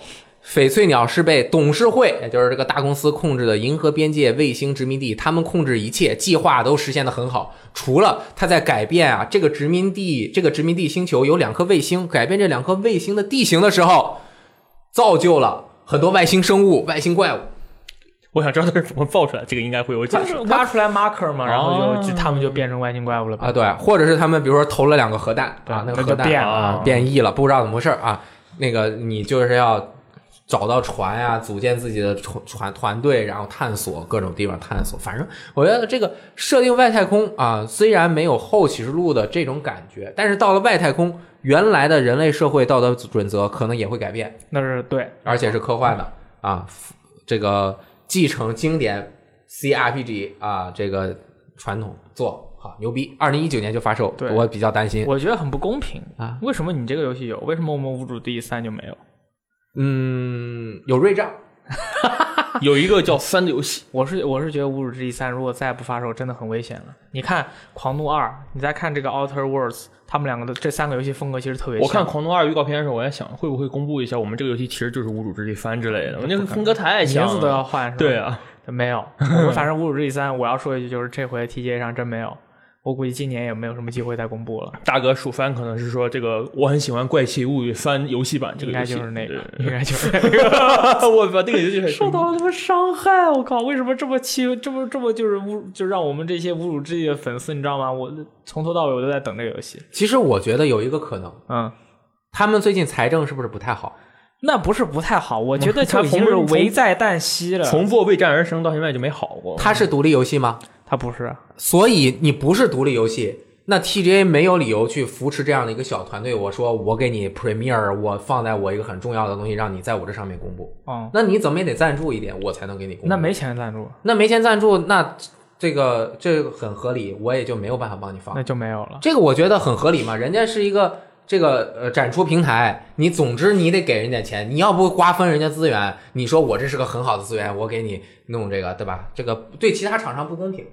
翡翠鸟是被董事会，也就是这个大公司控制的银河边界卫星殖民地，他们控制一切，计划都实现的很好。除了它在改变啊，这个殖民地，这个殖民地星球有两颗卫星，改变这两颗卫星的地形的时候，造就了很多外星生物、外星怪物。
我想知道它是怎么爆出来，这个应该会有解
就
释
是。挖出来 marker 嘛，然后
哦
就就他们就变成外星怪物了呗
啊，对，或者是他们比如说投了两个核弹啊，那
那
个
就
核弹
变
啊
啊
变异了，不知道怎么回事儿啊。那个你就是要找到船呀、组建自己的船船团队，然后探索各种地方探索。反正我觉得这个设定外太空啊，虽然没有后启示录的这种感觉，但是到了外太空，原来的人类社会道德准则可能也会改变。
那是对，
而且是科幻的啊，这个继承经典 CRPG 啊这个传统做好牛逼，二零一九年就发售
对，
我比较担心。
我觉得很不公平
啊！
为什么你这个游戏有？为什么我们《无主第三》就没有？
嗯，有瑞障，
有一个叫三的游 戏，
我是我是觉得《无主之地三》如果再不发售，真的很危险了。你看《狂怒二》，你再看这个《Outer Worlds》，他们两个的这三个游戏风格其实特别像。
我看《狂怒二》预告片的时候，我在想会不会公布一下我们这个游戏其实就是《无主之地翻》之类的，我那个风格太像
名
了。
字都要换，是吧？
对，啊，
没 有。我们反正《无主之地三》，我要说一句，就是这回 TGA 上真没有，我估计今年也没有什么机会再公布了，
大哥数番可能是说这个我很喜欢《怪奇物语翻》游戏版这
应
个
该
游戏，
就是那个
对，
应该就是那个。
我把那个游戏很
受到了他妈伤害，我靠！为什么这么欺，这么这么就是侮，就让我们这些侮辱之地的粉丝，你知道吗？我从头到尾我都在等这个游戏。
其实我觉得有一个可能，
嗯，
他们最近财政是不是不太好？
那不是不太好，我觉得
他
就已经
从
是危在旦夕了。
从做为战而生到现在就没好过。
它是独立游戏吗？
他不是，
所以你不是独立游戏，那 TGA 没有理由去扶持这样的一个小团队。我说我给你 Premiere，我放在我一个很重要的东西，让你在我这上面公布，
嗯，
那你怎么也得赞助一点，我才能给你公布。
那没钱赞
啊
助，
那没钱赞助，那这个这个很合理，我也就没有办法帮你放
那。就没有了。
这个我觉得很合理嘛，人家是一个这个呃展出平台，你总之你得给人家钱，你要不瓜分人家资源，你说我这是个很好的资源，我给你弄这个，对吧？这个对其他厂商不公平，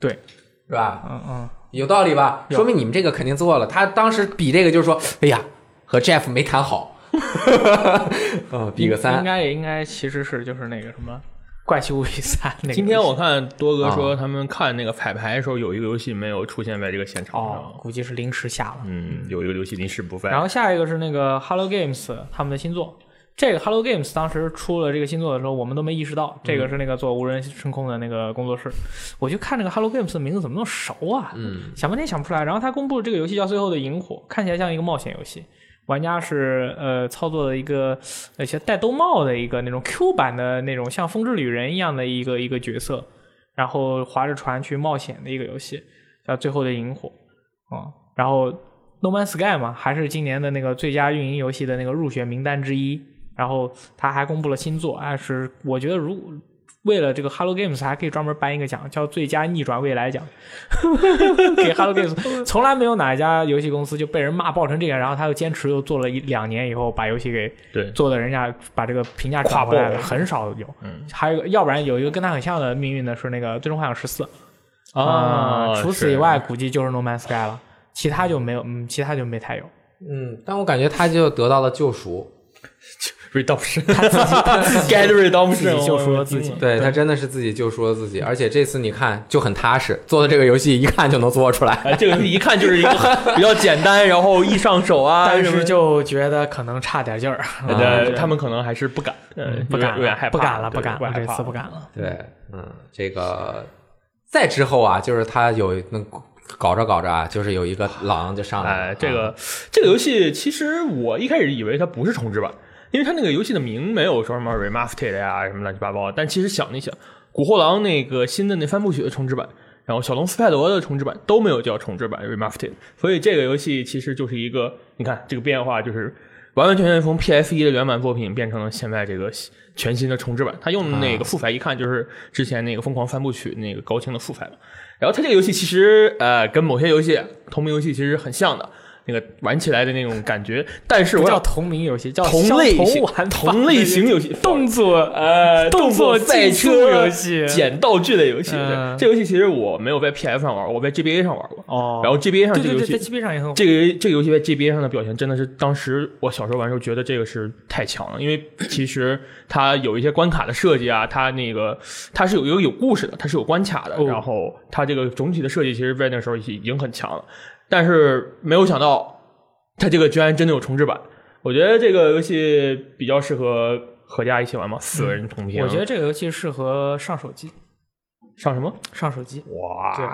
对，
是吧？
嗯嗯，
有道理吧？
有
说明你们这个肯定做了。他当时比这个就是说，哎呀，和 Jeff 没谈 好， 嗯，比个
应
三。
该也应该其实是就是那个什么《怪奇物语三》那个。啊
今天我看多哥说他们看那个彩排的时候，有一个游戏没有出现在这个现场
哦，
上。
估计是临时下了。
嗯，有一个游戏临时不在。
然后下一个是那个 Hello Games 他们的新作。这个 Hello Games 当时出了这个新作的时候，我们都没意识到，这
嗯
个是那个做无人升空的那个工作室。我就看这个 Hello Games 的名字怎么那么熟啊，
嗯，
想半天想不出来。然后他公布了这个游戏叫《最后的萤火》，看起来像一个冒险游戏。玩家是呃操作的一个呃像戴兜帽的一个那种 Q 版的那种像风之旅人一样的一个一个角色，然后划着船去冒险的一个游戏，叫《最后的萤火》啊、嗯然后 No Man's Sky 嘛，还是今年的那个最佳运营游戏的那个入选名单之一。然后他还公布了新作，哎，是我觉得如为了这个 Hello Games 还可以专门颁一个奖，叫最佳逆转未来奖， 给 Hello Games。从来没有哪一家游戏公司就被人骂爆成这样，然后他又坚持又做了一两年以后把游戏给
对，
做的人家把这个评价转回来
跨
了，
步
很少有。
嗯
还有一个，要不然有一个跟他很像的命运的是那个《最终幻想十四》
啊，
除此
是
以外，估计就是 No Man's Sky 了，其他就没有，嗯，其他就没太有。
嗯，但我感觉他就得到了救赎，
，Redemption
他自 己他自
Get
自
Redemption，
己就说自己
对他真的是自己救赎了自己，而且这次你看就很踏实，做的这个游戏一看就能做出来。
哎，这个游戏一看就是一个比较简单，然后易上手啊，
但
什么
是就觉得可能差点劲儿，
呃，
嗯
他们可能还是不敢，呃
不敢
有点害
了，
怕，
不敢了，
对
不敢
有点
了，
害
这
怕
次不敢了。
对，嗯，这个再之后啊，就是他有能搞着搞着啊，就是有一个狼就上来了。啊
哎，这个这个游戏其实我一开始以为它不是重置版，因为它那个游戏的名没有说什么 remastered 呀、什么乱七八糟啊的。但其实想一想，《古惑狼》那个新的那三部曲的重置版，然后《小龙斯派罗》的重置版都没有叫重置版 remastered，所以这个游戏其实就是一个，你看这个变化就是。完完全全从 PS 一的原版作品变成了现在这个新全新的重置版，它用的那个素材一看就是之前那个《疯狂三部曲》那个高清的素材嘛。然后它这个游戏其实呃跟某些游戏同名游戏其实很像的，那个玩起来的那种感觉。但是
不
我
叫
要
同名游戏，叫
同类
相
型
同玩法
同类型游戏
动作
呃
动作
赛
竞速
车
游戏
捡道具的游戏。
嗯
对，这游戏其实我没有在 PS 上玩，我在 GBA 上玩过。
哦
然后 GBA 上
对
这
对
个
对，
游戏
在 GB 上也很火
这个这个游戏在 GBA 上的表现真的是，当时我小时候玩的时候觉得这个是太强了，因为其实它有一些关卡的设计啊，它那个它是有一个有故事的，它是有关卡的，
哦
然后它这个总体的设计其实在那时候已经很强了，但是没有想到它这个居然真的有重置版，我觉得这个游戏比较适合。合家一起玩吗？四个人同屏，
我觉得这个游戏适合上手机，
上什么？
上手机，
哇
对，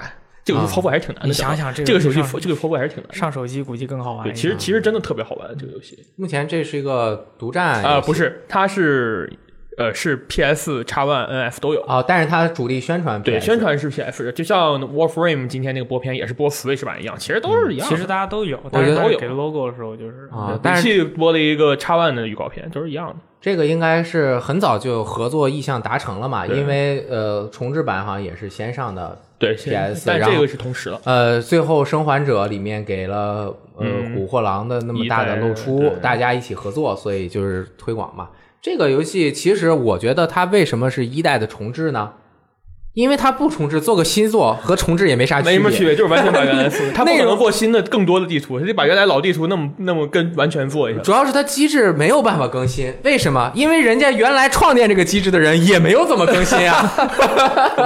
这个游戏操作还是挺难的。
啊你想想
这
这
个
个
这手机
上哎
这个操作还是挺难的。
上手机估计更好玩一
对，
点。
其实其实真的特别好玩这个游戏
目前这是一个独占
啊、
游戏
不是，它是呃是 PS、X One、NF 都有。
哦，但是它主力宣传
对，
PS
宣传是 PS，就像 Warframe 今天那个播片也是播 Switch 版一样，其实都是一样的。
嗯其实大家都有，但是
觉得
当时
都
给
有
logo 的时候就是
啊
嗯
但是
游戏播了一个 X One 的预告片，都是一样的。
这个应该是很早就有合作意向达成了嘛，
对
因为呃重置版好像也是先上的。
对
PS
但
然后
这个是同时了。
呃，最后《生还者》里面给了呃
嗯
《古惑狼》的那么
一
大
代
的露出
对，
大家一起合作，所以就是推广嘛。这个游戏其实我觉得它为什么是一代的重置呢？因为它不重置，做个新作和重置也没啥
没什么区
区
别，就是完全把原来复，它不
内
可
容
能做新的更多的地图，它得把原来老地图那么那么跟完全做一下。
主要是它机制没有办法更新，为什么？因为人家原来创建这个机制的人也没有怎么更新 啊。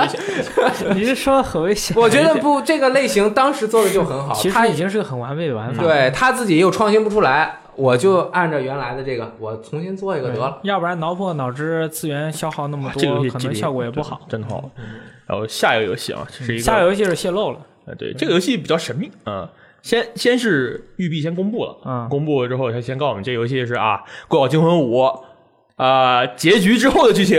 你这说的很危险。
我觉得不，这个类型当时做的就很好，
其
它
实已经是个很完备的玩法。
对他自己又创新不出来，我就按照原来的这个，我重新做一个得了。
要不然挠破脑汁，资源消耗那么
啊这个游
多，
戏
可
记
能
忆
效果也不好。
真的好。嗯然后下一个游戏啊，这是一个
下个游戏是泄露了，
呃，对，这个游戏比较神秘啊、嗯先先是育碧先公布了，
嗯
公布了之后，他先告诉我们这游戏是啊《怪盗惊魂五》啊结局之后的剧情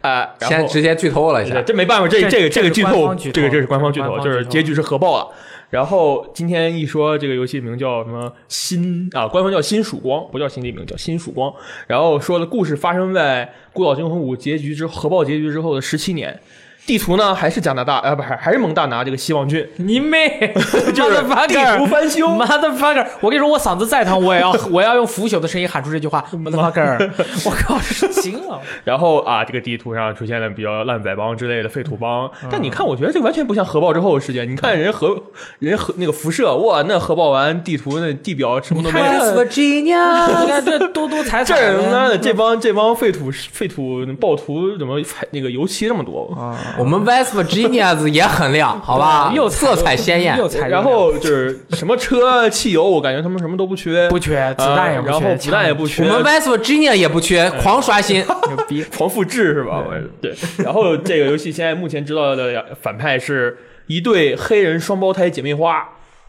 啊、然
先
后
直接剧透了一
对
下，
这没办法，这
这
个这
这
个
是
剧
官
透
方，剧
这个
透
这是官方剧
这是
透，
官方
就是
剧透
结局是核爆了。然后今天一说这个游戏名叫什么新啊，官方叫新曙光，不叫新地名，叫新曙光。然后说的故事发生在《孤岛惊魂五》结局之核爆结局之后的十七年，地图呢还是加拿大，呃，不是还是蒙大拿这个希望郡，
你妹！
就是地图翻修
motherfucker，我跟你说，我嗓子再疼，我也要我要用腐朽的声音喊出这句话，motherfucker！我 靠，这行 了，
然后啊，这个地图上出现了比较烂仔帮之类的废土帮，
嗯
但你看，我觉得这完全不像核爆之后的世界。你看人核人核那个辐射，哇，那核爆完地图那地表什么都没
你
有
看。
Virginia，
你看这多多彩
这
彩的，
儿妈的，这帮这帮废土废土暴徒怎么还那个油漆这么多？
啊，
我们 West Virginia 也很亮，好吧？
又彩
色彩鲜艳
又，彩，
然后就是什么车、汽油，我感觉他们什么都不缺，
不缺 子弹也
呃
不缺，
然后子弹也不
我
缺，
们 West Virginia 也不缺，狂刷 新。啊
枪也不缺，牛逼！
狂复制是吧？我对。然后这个游戏现在目前知道的反派是一对黑人双胞胎姐妹花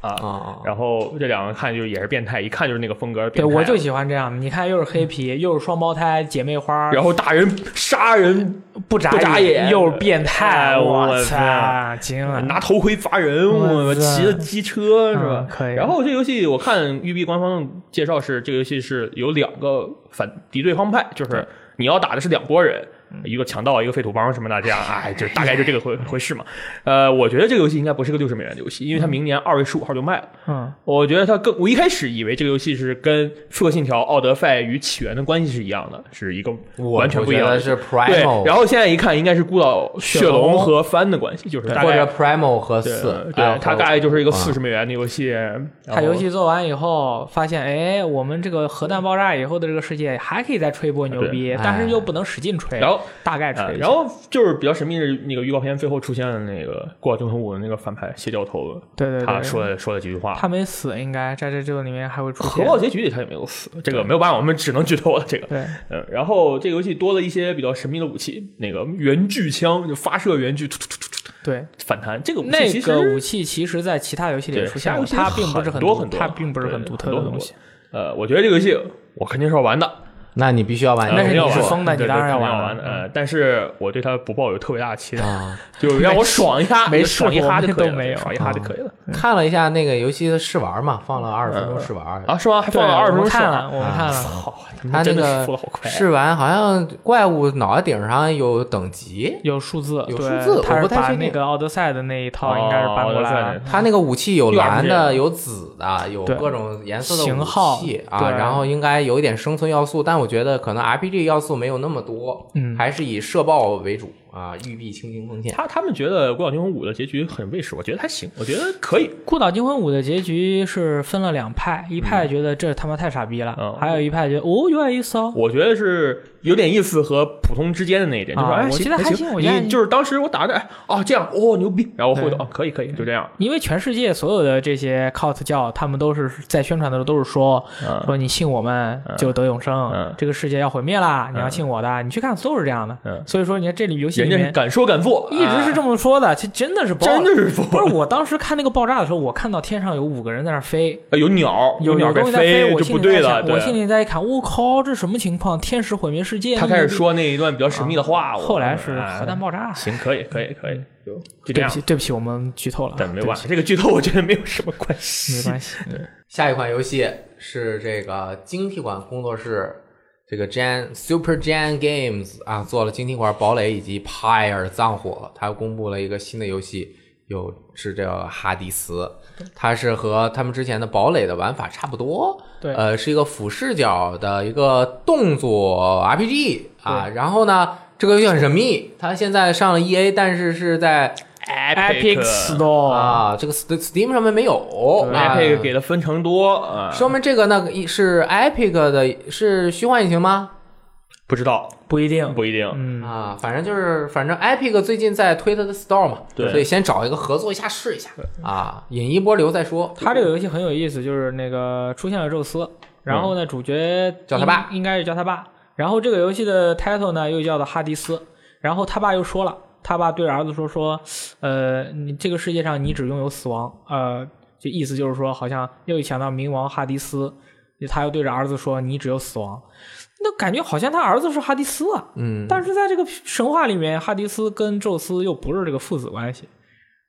啊，
哦
然后这两个看就也是变态，一看就是那个风格的
对，
变态啊。
我就喜欢这样的。你看，又是黑皮，又是双胞胎姐妹花，
然后打人杀人，
不眨
不眨眼
又是变态，
哎我
我操，
天
惊了！
拿头盔砸人，我
啊哇塞
骑着机车是吧
嗯？可以
然后这游戏我看育碧官方介绍是这个游戏是有两个反敌对方派，就是你要打的是两拨人。
嗯
一个强盗，一个废土帮什 么的，这样，哎，就大概就这个回回事嘛。呃，我觉得这个游戏应该不是个六十美元的游戏，因为它明年二月十五号就卖了。
嗯，
我觉得它更，我一开始以为这个游戏是跟《刺客信条：奥德赛》与《起源》的关系是一样的，是一个
我
完全不一样
我
的
觉得是
对，然
Primal，
后现在一看，应该是孤岛血龙
龙
和番的关系，就是大
或者
概
Primal 和
对
四，哎
对，它大概就是一个
啊
四十美元的游戏。然后
他游戏做完以后，发现哎，我们这个核弹爆炸以后的这个世界还可以再吹一波牛逼，
哎
但是又不能使劲吹，
然后
大概
呃
吹。
然后就是比较神秘的那个预告片，最后出现了那个《孤岛惊魂五》的那个反派邪教头，
对对对，
他说了说了几句话。
他没死，应该在这这个里面还会出
核
现。
爆结局里他也没有死，这个没有办法，我们只能剧透了。这个，
对，
嗯，然后这个游戏多了一些比较神秘的武器，那个圆锯枪就发射圆锯，突突突突突
对，
反弹。这个武器
那
其
个
实
武器其实，在其他游戏里也
对
出
其
现
他游
过，
戏
它并不是
很
独，
多很多，
它并不是很
对
独
很
特
多
的
很
东
多
西。
呃，我觉得这个游戏我肯定是要玩的，
那你必须要玩，
呃
那
那
是
我
你
要玩
是疯的
对
你
对
当然
肯定
要
要
玩
的。
了嗯
呃，但是我对它不抱有特别大的期 待，
啊。
就让我爽一下，
没
就爽一
试过
哈就可以了，
都没有嗯
爽一哈就可以了。
看了一下那个游戏的试玩嘛，放了二十分钟试玩，
啊，是吗？还
对
放了二十
我
分啊钟
们看
爽
了，我嗯们看了，
操，他
他
们
那
真的
个
是做的好快啊。
试完好像怪物脑袋顶上有等级，
有数字，
有
对
数字
它
我
是
不太
把
确定
那个奥德赛的那一
哦
套应该是搬过来了。
它那个武器有蓝
一会儿不
的，
见
有紫的，有
嗯对
各种颜色的
型号
武器啊，
对
然后应该有一点生存要素，但我觉得可能 RPG 要素没有那么多，
嗯
还是以射爆为主。啊，玉璧轻轻奉献。
他他们觉得《孤岛惊魂五》的结局很卫士，我觉得还行，我觉得可以。
《孤岛惊魂五》的结局是分了两派，一派觉得这他妈太傻逼了，
嗯
还有一派觉得哦有点意思哦。
我觉得是有点意思和普通之间的那一点，就是
啊
哎，
我
行
觉得还行
行，
我觉得
你就是当时我打着哎哦这样哦牛逼，然后回头
对
哦可以可以就这样，
因为全世界所有的这些 cult 教，他们都是在宣传的时候都是说，
嗯
说你信我们就得永生，
嗯
这个世界要毁灭啦，你要信我的，你去看都是这样的。
嗯
所以说，你看这里游戏
人
里
家是
面
敢说敢做，
一直是这么说的，其实真的是
哎
爆，
真 的是
不
不
是我当时看那个爆炸的时候，我看到天上有五个人在那儿飞。
呃有鸟
有
鸟
东西在
飞
我
就
心
不
里在
对了，
想，
对
我。心里在一看，我靠，这什么情况？天使毁灭世界？
他开始，说那一段比较神秘的话，我
啊后来是核弹
哎
爆炸。
行，可以可以可以，就就
对
这
不
样
起，，对不起，我们剧透了，
但没
对不
办
起
法，这个剧透我觉得没有什么关系，
没关系。
下一款游戏是这个晶体管工作室，这个 Jan Super Jan Games 啊，做了晶体管堡垒以及帕尔葬火，它公布了一个新的游戏，有是这个哈迪斯，它是和他们之前的堡垒的玩法差不多，
对
呃，是一个俯视角的一个动作 RPG 啊，然后呢，这个游戏很神秘，它现在上了 EA，但是是在
Epic 哦 Store，
啊这个 Ste- Steam 上面没有啊
Epic 给的分成多啊，
说明这个那个一是 Epic 的，是虚幻引擎吗？
不知道
不一定，
不一定，
嗯，
啊，反正就是，反正 Epic 最近在推它的 Store 嘛，
对
所以先找一个合作一下试一下啊，引一波流再说。
他这个游戏很有意思，就是那个出现了宙斯，然后呢，主角
嗯叫他爸
应应该是叫他爸。然后这个游戏的 title 呢又叫做哈迪斯，然后他爸又说了，他爸对儿子说说，呃，你这个世界上你只拥有死亡，呃，就意思就是说，好像又想到冥王哈迪斯，他又对着儿子说，你只有死亡。那感觉好像他儿子是哈迪斯啊，
嗯，
但是在这个神话里面，哈迪斯跟宙斯又不是这个父子关系，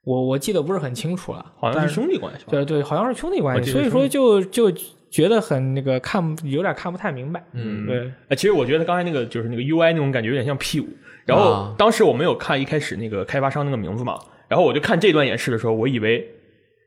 我我记得不是很清楚了，
好像
但
是兄弟关系吧？
对对，好像是兄弟
我
关系，
记
所
得
以
是
说就就觉得很那个看不有点看不太明白。
嗯
对，
哎，其实我觉得刚才那个就是那个 UI 那种感觉有点像 P 五。然后
啊
当时我没有看一开始那个开发商那个名字嘛，然后我就看这段演示的时候，我以为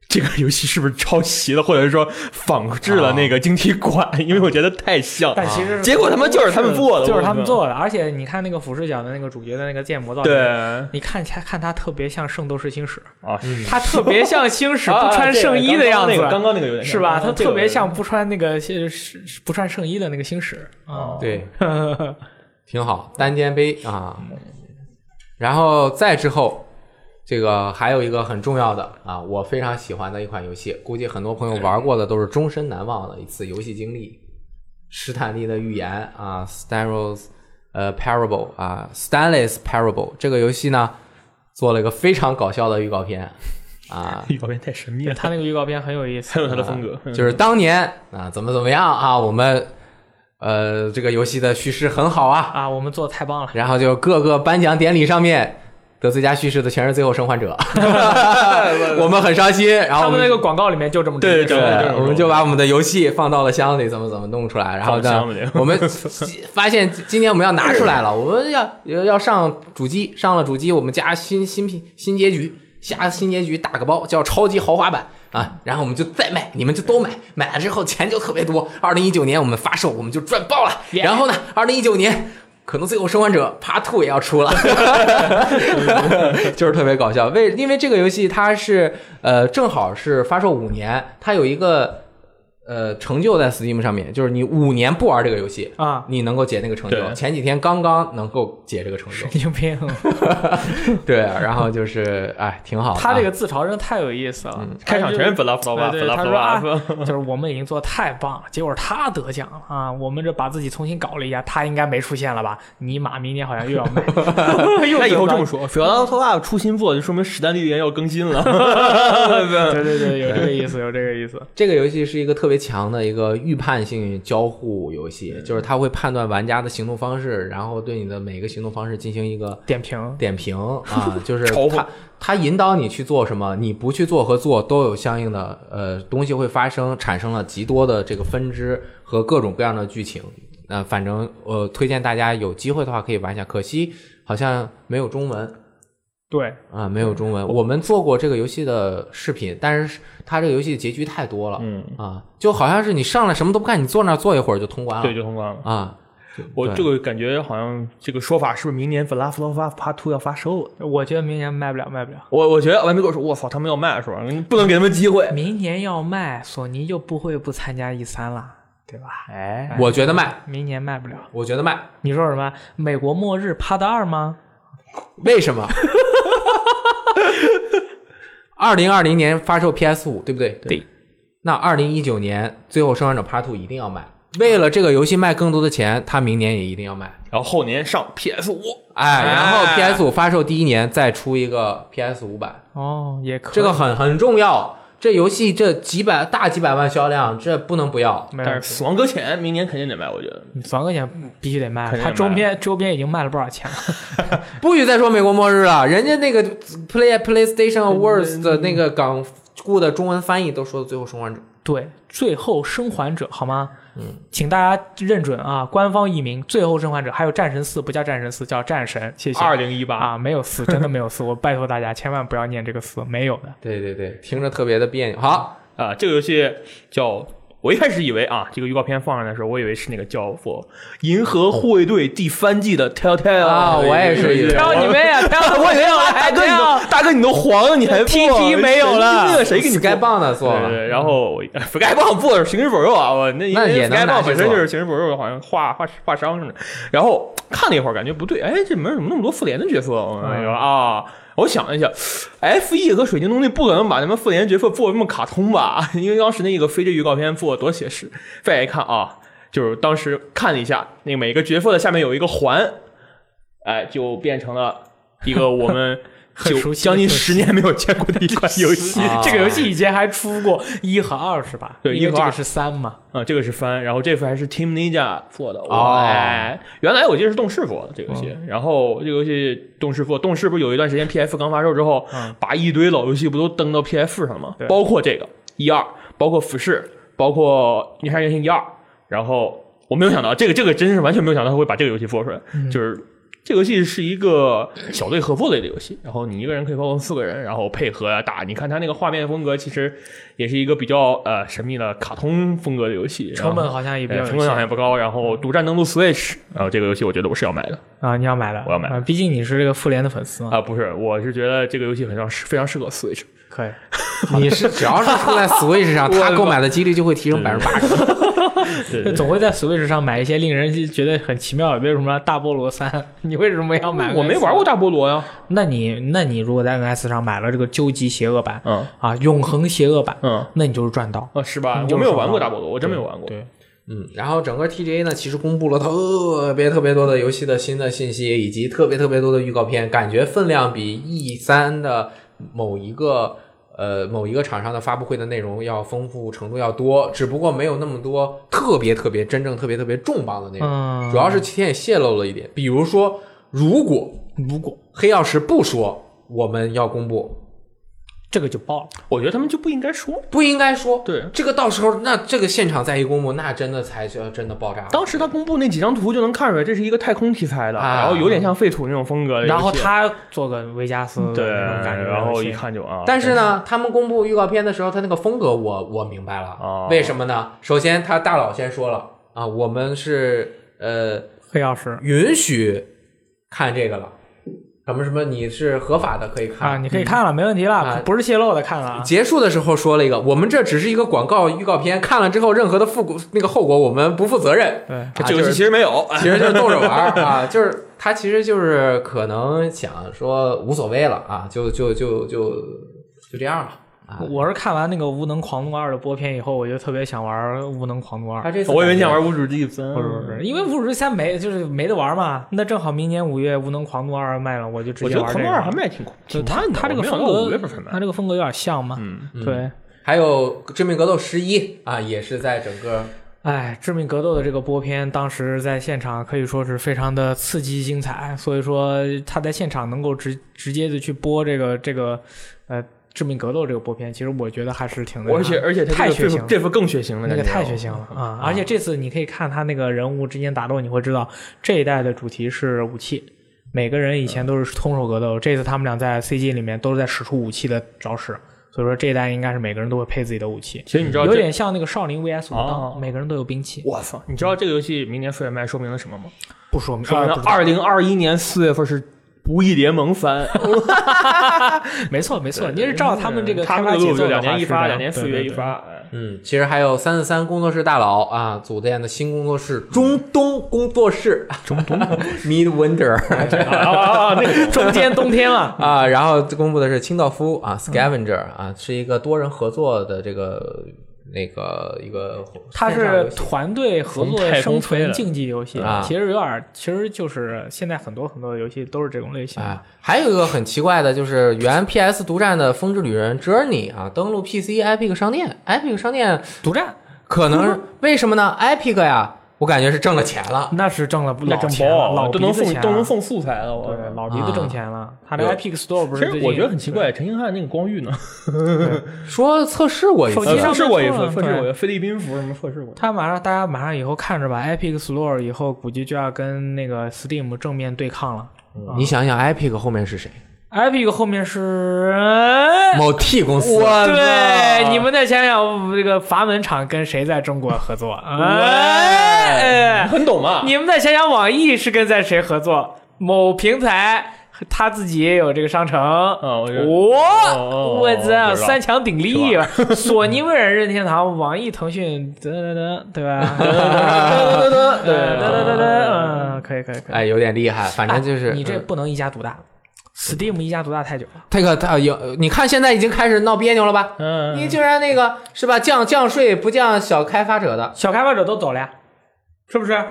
这个游戏是不是抄袭了，或者是说仿制了那个晶体管，因为我觉得太像。
但其实
啊结果他妈就是他们做的，
就是
我
他们
靠。
做的，而且你看那个俯视角的那个主角的那个建模造型，
对，
你看起来看他特别像圣斗士星矢，
啊，是
他特别像星矢
啊
不穿
这个
圣衣的样子，
刚刚那个刚刚那个有点像
是吧？他特别。
刚
像不穿那个是是是不穿圣衣的那个星矢啊
哦。
对，挺好，单肩杯啊。然后再之后，这个还有一个很重要的啊，我非常喜欢的一款游戏，估计很多朋友玩过的都是终身难忘的一次游戏经历，《史坦利的预言》啊，《Stanley's 呃 Parable》啊，《Stanley's Parable》这个游戏呢，做了一个非常搞笑的预告片啊，
这个有点太神秘了，
他那个预告片很有意思
很有他的风格，
就是当年啊怎么怎么样啊，我们呃这个游戏的叙事很好啊，
啊，我们做的太棒了。
然后就各个颁奖典礼上面得最佳叙事的全是《最后生还 者》，我们很伤心。然后
他
我
们
们
那个广告里面就这么直接说
啊对对
的
对， 我们就把我们的游戏放到了箱里，怎么怎么弄出来。然后
放
呢
箱里，
我们 发现今年我们要拿出来了，我们要要上主机，上了主机，我们加新新品新结局，下新结局打个包叫超级豪华版。啊，然后我们就再卖，你们就都买，买了之后钱就特别多。二零一九年我们发售，我们就赚爆了。
Yeah
然后呢，二零一九年可能《最后生还者》Part Two 也要出了， 就是特别搞笑。为因为这个游戏它是呃正好是发售五年，它有一个呃成就在 Steam 上面，就是你五年不玩这个游戏，
啊，
你能够解那个成就。
对
前几天刚刚能够解这个成 就，
神经病。
对，啊然后就是哎挺好的啊。
他这个自嘲真的太有意思了，
嗯开场全
是
是 blah blah blah
对对
blah
他
blah
说 啊
blah，
就是我们已经做得太棒了，结果他得奖了啊！我们这把自己重新搞了一下，他应该没出现了吧？尼玛，明年好像又要卖， 又
那以后
得
这
到
么说，水拉头大出新作，就说明史丹利预言要更新了。
对对对，有这个意思，有这个意思。
这个游戏是一个特别强的一个预判性交互游戏，就是它会判断玩家的行动方式，然后对你的每个行动方式进行一个
点评
点评 啊，就是
嘲讽
它它引导你去做什么，你不去做和做都有相应的呃东西会发生，产生了极多的这个分支和各种各样的剧情。呃，反正呃，推荐大家有机会的话可以玩一下，可惜好像没有中文。
对，
啊，没有中文。我们做过这个游戏的视频，但是它这个游戏结局太多了，
嗯
啊，就好像是你上来什么都不干，你坐那儿坐一会儿就通关了，
对，就通关了。
啊，
我
对
这个感觉好像这个说法是不是明年《The Last of Us Part Two》要发售了？
我觉得明年卖不了，卖不了。
我我觉得完美跟我说，我操，他们要卖是吧？你不能给他们机会。
明年要卖，索尼就不会不参加 E 三了，对吧？
哎，我觉得卖，
明年卖不了。
我觉得卖，
你说什么？美国末日 Part 二吗？
为什么？ 二零二零年发售 PS 五，对不对？
对。
那二零一九年《最后生还者 Part Two》一定要卖，为了这个游戏卖更多的钱，它明年也一定要卖。
然后后年上 PS 五，
哎，然后
哎
PS 五发售第一年再出一个 PS 五版，
哦，也可以。
这个很很重要。这游戏这几百大几百万销量，这不能不要。
没
但
有
是，死亡搁浅明年肯定得卖，我觉得。
你三个钱必须得卖
肯，定
它
得
周
卖
边周边已经卖了不少钱了。
不许再说美国末日了，人家那个 Play PlayStation Awards 的那个港雇的中文翻译都说《最后生还者》。
对，最后生还者好吗？嗯，请大家认准啊，官方译名《最后生还者》，还有战神四，不叫战神四，叫战神。谢谢。
二零一八，
啊，没有 四，真的没有四，我拜托大家千万不要念这个四，没有的。
对对对，听着特别的别扭。好，
啊，这个游戏叫我一开始以为啊，这个预告片放上来的时候，我以为是那个叫做《银河护卫队》第三季的 Telltale
啊
的一个
我也是以为
游戏
挑你妹啊！ 挑我没有了，
大
还
哥，你
挑
都大哥，你都黄了，你还
TT 没有了
那个谁给你
s
做
k y b o n 的做
对
了，
对，然后哎 f y 棒做的是《行尸走肉》啊，我那因
那也
为
能
Sky
拿
棒
去
本身
做
就是《行尸走肉》，好像画画画伤似的。然后看了一会儿，感觉不对，哎，这里面怎么那么多复联的角色？我说啊，我想了一下，F E 和水晶东西不可能把他们复联角色做得那么卡通吧？ 因为当时那个飞这预告片做得多写实。再一看啊，就是当时看了一下，那个每个角色的下面有一个环，哎，就变成了一个我们
很
九
熟悉的
将近
设计
十年没有见过的一款游戏。
啊
这个游戏以前还出过一和二是吧？
对
因
一
为
和
这
二
个是三嘛。
啊，这个是翻，然后这幅还是 Team Ninja 做的。
哦
哎，原来我记得是动视做的这个游戏，然后这个游戏动视做，动视不是有一段时间 PS 刚发售之后，
嗯
把一堆老游戏不都登到 PS 上吗
对？
包括这个一二，包括俯视，包括《女杀原型一二》，然后我没有想到这个，这个真是完全没有想到他会把这个游戏做出来，
嗯
就是。这个游戏是一个小队合作类的游戏，然后你一个人可以操控四个人，然后配合啊打。你看它那个画面风格，其实也是一个比较呃神秘的卡通风格的游戏，
成本好像也比较
呃
有
成本好像也
限
不高，然后独占登陆 Switch，然后这个游戏我觉得我是要买的
啊！你要买了，
我要买
啊毕竟你是这个复联的粉丝嘛。
啊，不是，我是觉得这个游戏很像非常适合 Switch，
可以，
你是只要是出在 Switch 上，他购买的几率就会提升百分之八十。
对
总会在 Switch 上买一些令人觉得很奇妙，比如什么大菠萝三，你为什么要买？
我没玩过。大菠萝呀、
那你那你如果在 NS 上买了这个究极邪恶版，
嗯
啊，永恒邪恶版，
嗯，
那你就是赚到。
啊是吧
你？就
我
是
没有
爽
玩过
到
大菠萝，我真没有玩过。
对，
嗯，然后整个 TGA 呢，其实公布了特别特别多的游戏的新的信息，以及特别特别多的预告片，感觉分量比 E 三的某一个呃某一个厂商的发布会的内容要丰富程度要多，只不过没有那么多特别特别真正特别特别重磅的内容，
嗯
主要是今天也泄露了一点，比如说如果
如果
黑曜石不说我们要公布，
这个就爆了，
我觉得他们就不应该说。
不应该说，
对
这个到时候那这个现场再一公布，那真的才叫真的爆炸了。
当时他公布那几张图就能看出来，这是一个太空题材的，
啊
然后有点像废土那种风格的游戏。
然后他做个维加斯
对，
的那种感觉，
然后
而且
一看就啊，
但是呢，他们公布预告片的时候，他那个风格我我明白了，
哦
为什么呢？首先，他大佬先说了啊，我们是呃
黑曜
嗯
石
允许看这个了，什么什么你是合法的可以看。
啊，你可以看了，没问题了
啊，
嗯
不是泄露的看了啊。
结束的时候说了一个，我们这只是一个广告预告片，看了之后任何的负那个后果我们不负责任。
对，
啊
这个游
就
戏
是
其实没有，
其实就是逗着玩儿啊，就是他其实就是可能想说无所谓了啊，就就就就就这样了啊。
嗯
我是看完那个《无能狂怒二》的播片以后，我就特别想玩《无能狂怒二
他》。这次
我以为
感
你
觉
想玩《无主之地三》，
不是不是，因为《巫师三》没就是没得玩嘛，那正好明年五月《无能狂怒二》卖了，我就直
我
接
觉得
玩
狂
这
怒
个
二
了。
还卖挺快
就
挺
他
慢的，
他这个
我没想
风
到五
格
月份才，卖
他这个风格有点像嘛。
嗯，
对，
还有《致命格斗十一》啊，也是在整个
哎，《致命格斗》的这个播片，当时在现场可以说是非常的刺激精彩，所以说他在现场能够直直接的去播这个这个呃《致命格斗》这个播片，其实我觉得还是挺那啥
而且而且他
太
这
血
个这
腥
幅
了。
这幅更嗯血腥了，
那个
感觉
太血腥了啊！而且这次你可以看他那个人物之间打斗，你会知道这一代的主题是武器。嗯每个人以前都是空手格斗，这次他们俩在 CG 里面都是在使出武器的招式，所以说这一代应该是每个人都会配自己的武器，
其实你知道
有
这，
点像那个少林 VS 武
哦
当，每个人都有兵器。
我操，你知道这个游戏明年出来卖说明了什么吗？
啊不说明
说明了二零二一年四月份是《不义联 盟三》，
没错没错，你是照他们这个
嗯他
开发
们的
节
路
奏
就
的话
两年一
是这样
发，两年四
对
月
对
一
对
发。 哎
嗯，其实还有三四三工作室大佬啊组建的新工作室中东工作室，中东 Mid Winter
啊啊啊！那个
中间冬天了，
啊，然后公布的是清道夫啊 Scavenger 啊，是一个多人合作的这个那个一个
它
线上游
是
戏
团队合
从
作
太空
生
飞
存
了
竞技游戏
啊
其实有点儿，其实就是现在很多很多的游戏都是这种类型。
啊，还有一个很奇怪的，就是原 PS 独占的《风之旅人 Journey》啊，登陆 PC Epic 商店，Epic 商店
独占
可
嗯
能为什么呢？Epic 呀，我感觉是挣了钱了。
那是挣了不
那
老
真
钱
包
了，
啊
老
都能
鼻子
送
钱
都能
了
送素材了，我
对，老鼻
啊
子挣钱了。他这
有
Epic Store 不
其
是最
实
近？
我觉得很奇怪，陈星汉那个 光遇呢，
说测试过一
手
次
机
呃
上
测试
面
过一
做
次，
了
测试
对
过一次菲律宾服什么测试过，
他马上，大家马上以后看着吧，Epic Store 以后估计就要跟那个 Steam 正面对抗了。
你想想，Epic 后面是谁
Epic 后面是，
某 T 公司，
对，你们再想想这个阀门厂跟谁在中国合作？哎，
很懂啊嘛？
你们再想想网易是跟在谁合作？某平台他自己也有这个商城。
啊，我觉得
我我操，
不知道
三强鼎立，索尼、微软、任天堂、网易、腾讯，得得得，对吧？得得得得得得得，嗯，可以可以可以。
哎，有点厉害，反正就是、
你这
嗯
不能一家独大，Steam 一家独大太久了。
这个他有，你看现在已经开始闹别扭了吧？
嗯，
你竟然那个是吧，降降税不降小开发者的，
小开发者都走了呀，是不是？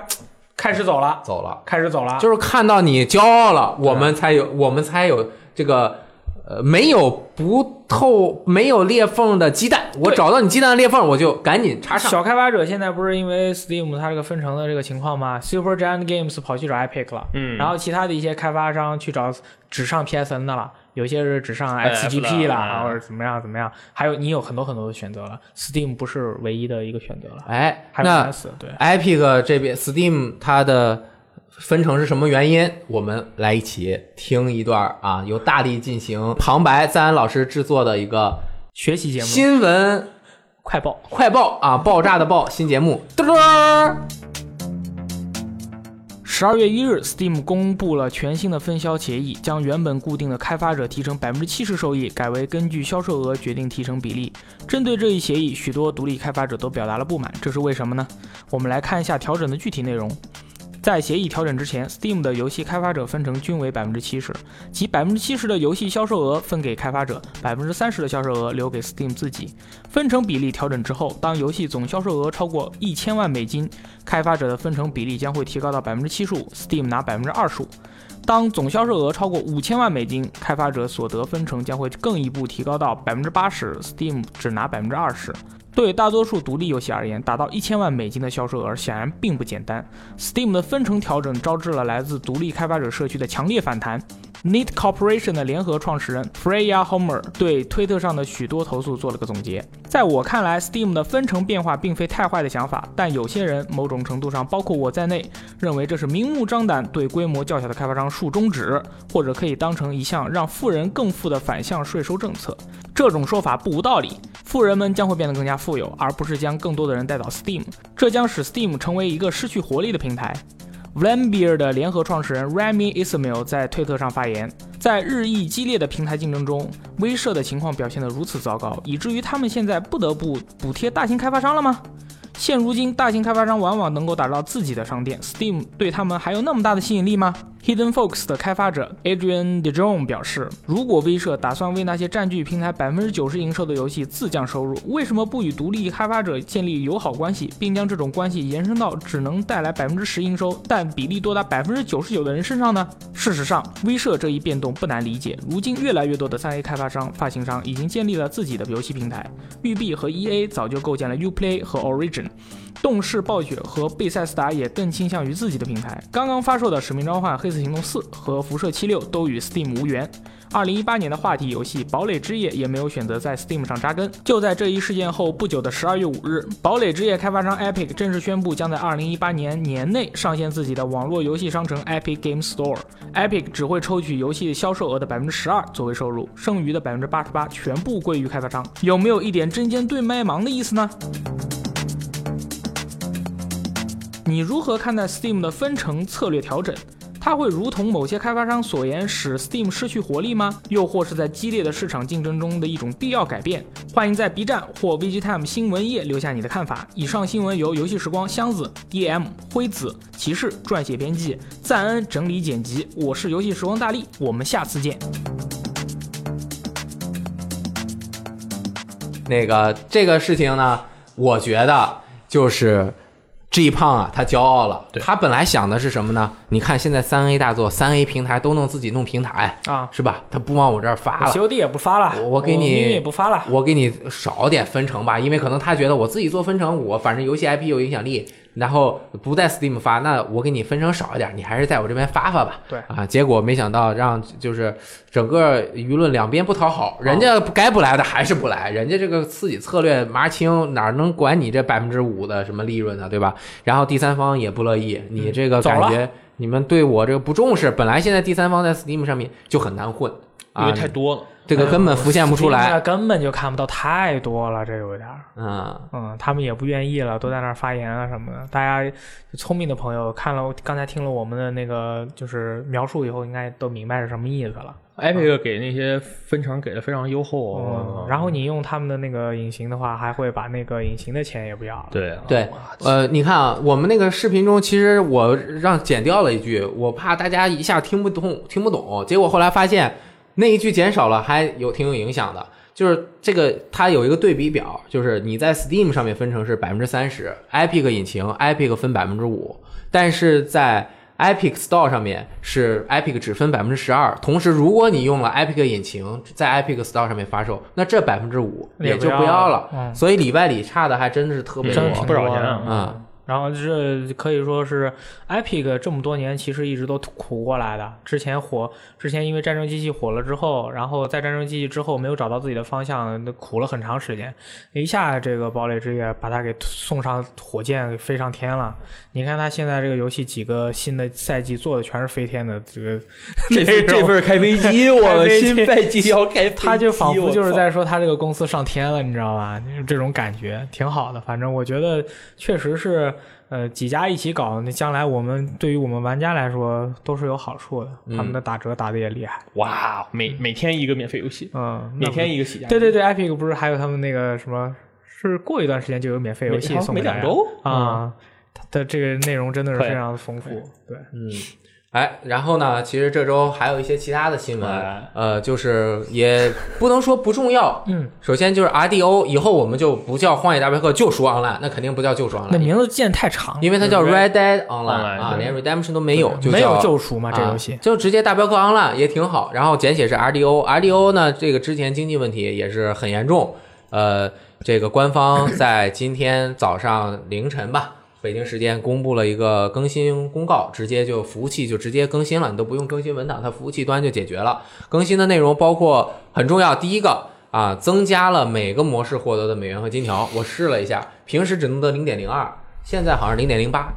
开始走了，
走了，
开始走了。
啊就是看到你骄傲了，我们才有我们才有这个。呃，没有不透、没有裂缝的鸡蛋，我
对
找到你鸡蛋的裂缝，我就赶紧插上。
小开发者现在不是因为 Steam 它这个分成的这个情况吗？Super Giant Games 跑去找 Epic 了，
嗯
然后其他的一些开发商去找只上 PSN 的了，有些是只上 XGP 了，
了啊
或者怎么样怎么样，还有你有很多很多的选择了，Steam 不是唯一的一个选择了，
哎，
还有
那
S 对。
Epic 这边 Steam 它的分成是什么原因？我们来一起听一段儿啊，由大力进行旁白，赞恩老师制作的一个
学习节目
新闻
快报，
快报啊，爆炸的爆新节目，嘚嘚
十二月一日，Steam 公布了全新的分销协议，将原本固定的开发者提成百分之七十收益，改为根据销售额决定提成比例。针对这一协议，许多独立开发者都表达了不满，这是为什么呢？我们来看一下调整的具体内容。在协议调整之前，Steam 的游戏开发者分成均为百分之七十，即百分之七十的游戏销售额分给开发者，百分之三十的销售额留给 Steam 自己。分成比例调整之后，当游戏总销售额超过一千万美金，开发者的分成比例将会提高到百分之七十五，Steam 拿百分之二十五。当总销售额超过五千万美金，开发者所得分成将会更一步提高到百分之八十，Steam 只拿百分之二十。对大多数独立游戏而言，达到一千万美金的销售额显然并不简单。Steam 的分成调整招致了来自独立开发者社区的强烈反弹。Neat Corporation 的联合创始人 Freya Homer 对推特上的许多投诉做了个总结。在我看来，Steam 的分成变化并非太坏的想法，但有些人，某种程度上包括我在内，认为这是明目张胆对规模较小的开发商竖中指，或者可以当成一项让富人更富的反向税收政策。这种说法不无道理，富人们将会变得更加富有，而不是将更多的人带到 Steam，这将使 Steam 成为一个失去活力的平台。Vlambeer 的联合创始人 Rami Ismail 在推特上发言，在日益激烈的平台竞争中，威社的情况表现得如此糟糕，以至于他们现在不得不补贴大型开发商了吗？现如今，大型开发商往往能够打造自己的商店，Steam 对他们还有那么大的吸引力吗？Hidden Fox 的开发者 Adrian d e j o n 表示，如果威社打算为那些占据平台百分之九十营收的游戏自降收入，为什么不与独立开发者建立友好关系，并将这种关系延伸到只能带来百分之十营收，但比例多达百分之九十九的人身上呢？事实上，威社这一变动不难理解，如今越来越多的三 A 开发商、发行商已经建立了自己的游戏平台，育碧和 EA 早就构建了 Uplay 和 Origin。动视暴雪和贝塞斯达也更倾向于自己的平台。刚刚发售的《使命召唤：黑次行动四》和《辐射七六》都与 Steam 无缘。二零一八年的话题游戏《堡垒之夜》也没有选择在 Steam 上扎根。就在这一事件后不久的十二月五日，《堡垒之夜》开发商 Epic 正式宣布将在二零一八年年内上线自己的网络游戏商城 Epic Game Store。Epic 只会抽取游戏销售额的百分之十二作为收入，剩余的百分之八十八全部归于开发商。有没有一点针尖对麦芒的意思呢？你如何看待 Steam 的分成策略调整？它会如同某些开发商所言，使 Steam 失去活力吗？又或是在激烈的市场竞争中的一种必要改变？欢迎在 B 站或 VGTime 新闻页留下你的看法。以上新闻由游戏时光、箱子、DM、辉子、骑士撰写编辑，赞恩整理剪辑。我是游戏时光大力，我们下次见。
那个这个事情呢，我觉得就是 G 胖啊，他骄傲了。
对
他本来想的是什么呢？你看现在三 A 大作，三 A 平台都能自己弄平台
啊
是吧？他不往我这儿发了。
COD 也不发了
我我给你
命运也不发了。
我给你少点分成吧，因为可能他觉得我自己做分成，我反正游戏 IP 有影响力，然后不在 Steam 发，那我给你分成少一点，你还是在我这边发发吧。
对
啊，结果没想到让就是整个舆论两边不讨好，人家该不来的还是不来，人家这个自己策略麻青，哪能管你这百分之五的什么利润呢，对吧？然后第三方也不乐意，你这个
嗯走
感
了
觉你们对我这个不重视，本来现在第三方在 Steam 上面就很难混
因
啊
为，太多了。
这
哎
个根本浮现不出来。，
根本就看不到，太多了，这有点儿。
嗯，
嗯，他们也不愿意了，都在那儿发言啊什么的。大家聪明的朋友看了刚才听了我们的那个就是描述以后，应该都明白是什么意思了。
Epic 给那些分成给的非常优厚
嗯
啊，，
然后你用他们的那个隐形的话，还会把那个隐形的钱也不要了。
对 啊
对，呃，你看啊，我们那个视频中，其实我让剪掉了一句，我怕大家一下听不懂，听不懂。结果后来发现那一句减少了，还有挺有影响的。就是这个，它有一个对比表，就是你在 Steam 上面分成是百分之三十，Epic 引擎 Epic 分百分之五，但是在 Epic Store 上面是 Epic 只分百分之十二。同时，如果你用了 Epic 引擎在 Epic Store 上面发售，那这百分之五
也
也
不
就不
要
要
了
了。
嗯
所以里外里差的还真是特别
真
多
的。挺
不少
多
钱
的
啊
嗯。
然后这可以说是 Epic 这么多年其实一直都苦过来的。之前火，之前因为战争机器火了之后，然后在战争机器之后没有找到自己的方向，那苦了很长时间。一下这个堡垒之夜把他给送上火箭，给飞上天了。你看他现在这个游戏几个新的赛季做的全是飞天的这个
这
内容
这份开飞机，
开
我
飞机
新赛 季要开飞机，
他就仿佛就是
哎我操
在说他这个公司上天了，你知道吧？就是这种感觉挺好的。反正我觉得确实是，呃，几家一起搞，那将来我们对于我们玩家来说都是有好处的。他们的打折打的也厉害，
哇，哦每每天一个免费游戏，
嗯，
每
那不
天一个喜家，
对对对，Epic 不是还有他们那个什么，是过一段时间就有免费游戏
每
送
每
给大
两
家
周
啊。它的这个内容真的是
可以
非常丰富，对，
嗯，哎，然后呢，其实这周还有一些其他的新闻
哎，
呃，就是也不能说不重要。
嗯，
首先就是 RDO，以后我们就不叫《荒野大镖客》，就说 Online，那肯定不叫就说
那
Online，
名字见太长，
因为它叫 Red
Red
Dead
Online，
Online 啊，
对
连 Redemption 都没有，就
没有
叫
救赎嘛，这
啊
游戏，
就直接大镖客 Online 也挺好，然后简写是 RDO。RDO 呢，这个之前经济问题也是很严重，呃，这个官 方在今天早上凌晨吧，北京时间公布了一个更新公告，直接就服务器就直接更新了，你都不用更新文档，它服务器端就解决了。更新的内容包括很重要，第一个。啊，增加了每个模式获得的美元和金条。我试了一下，平时只能得零点零二，现在好像零点零八，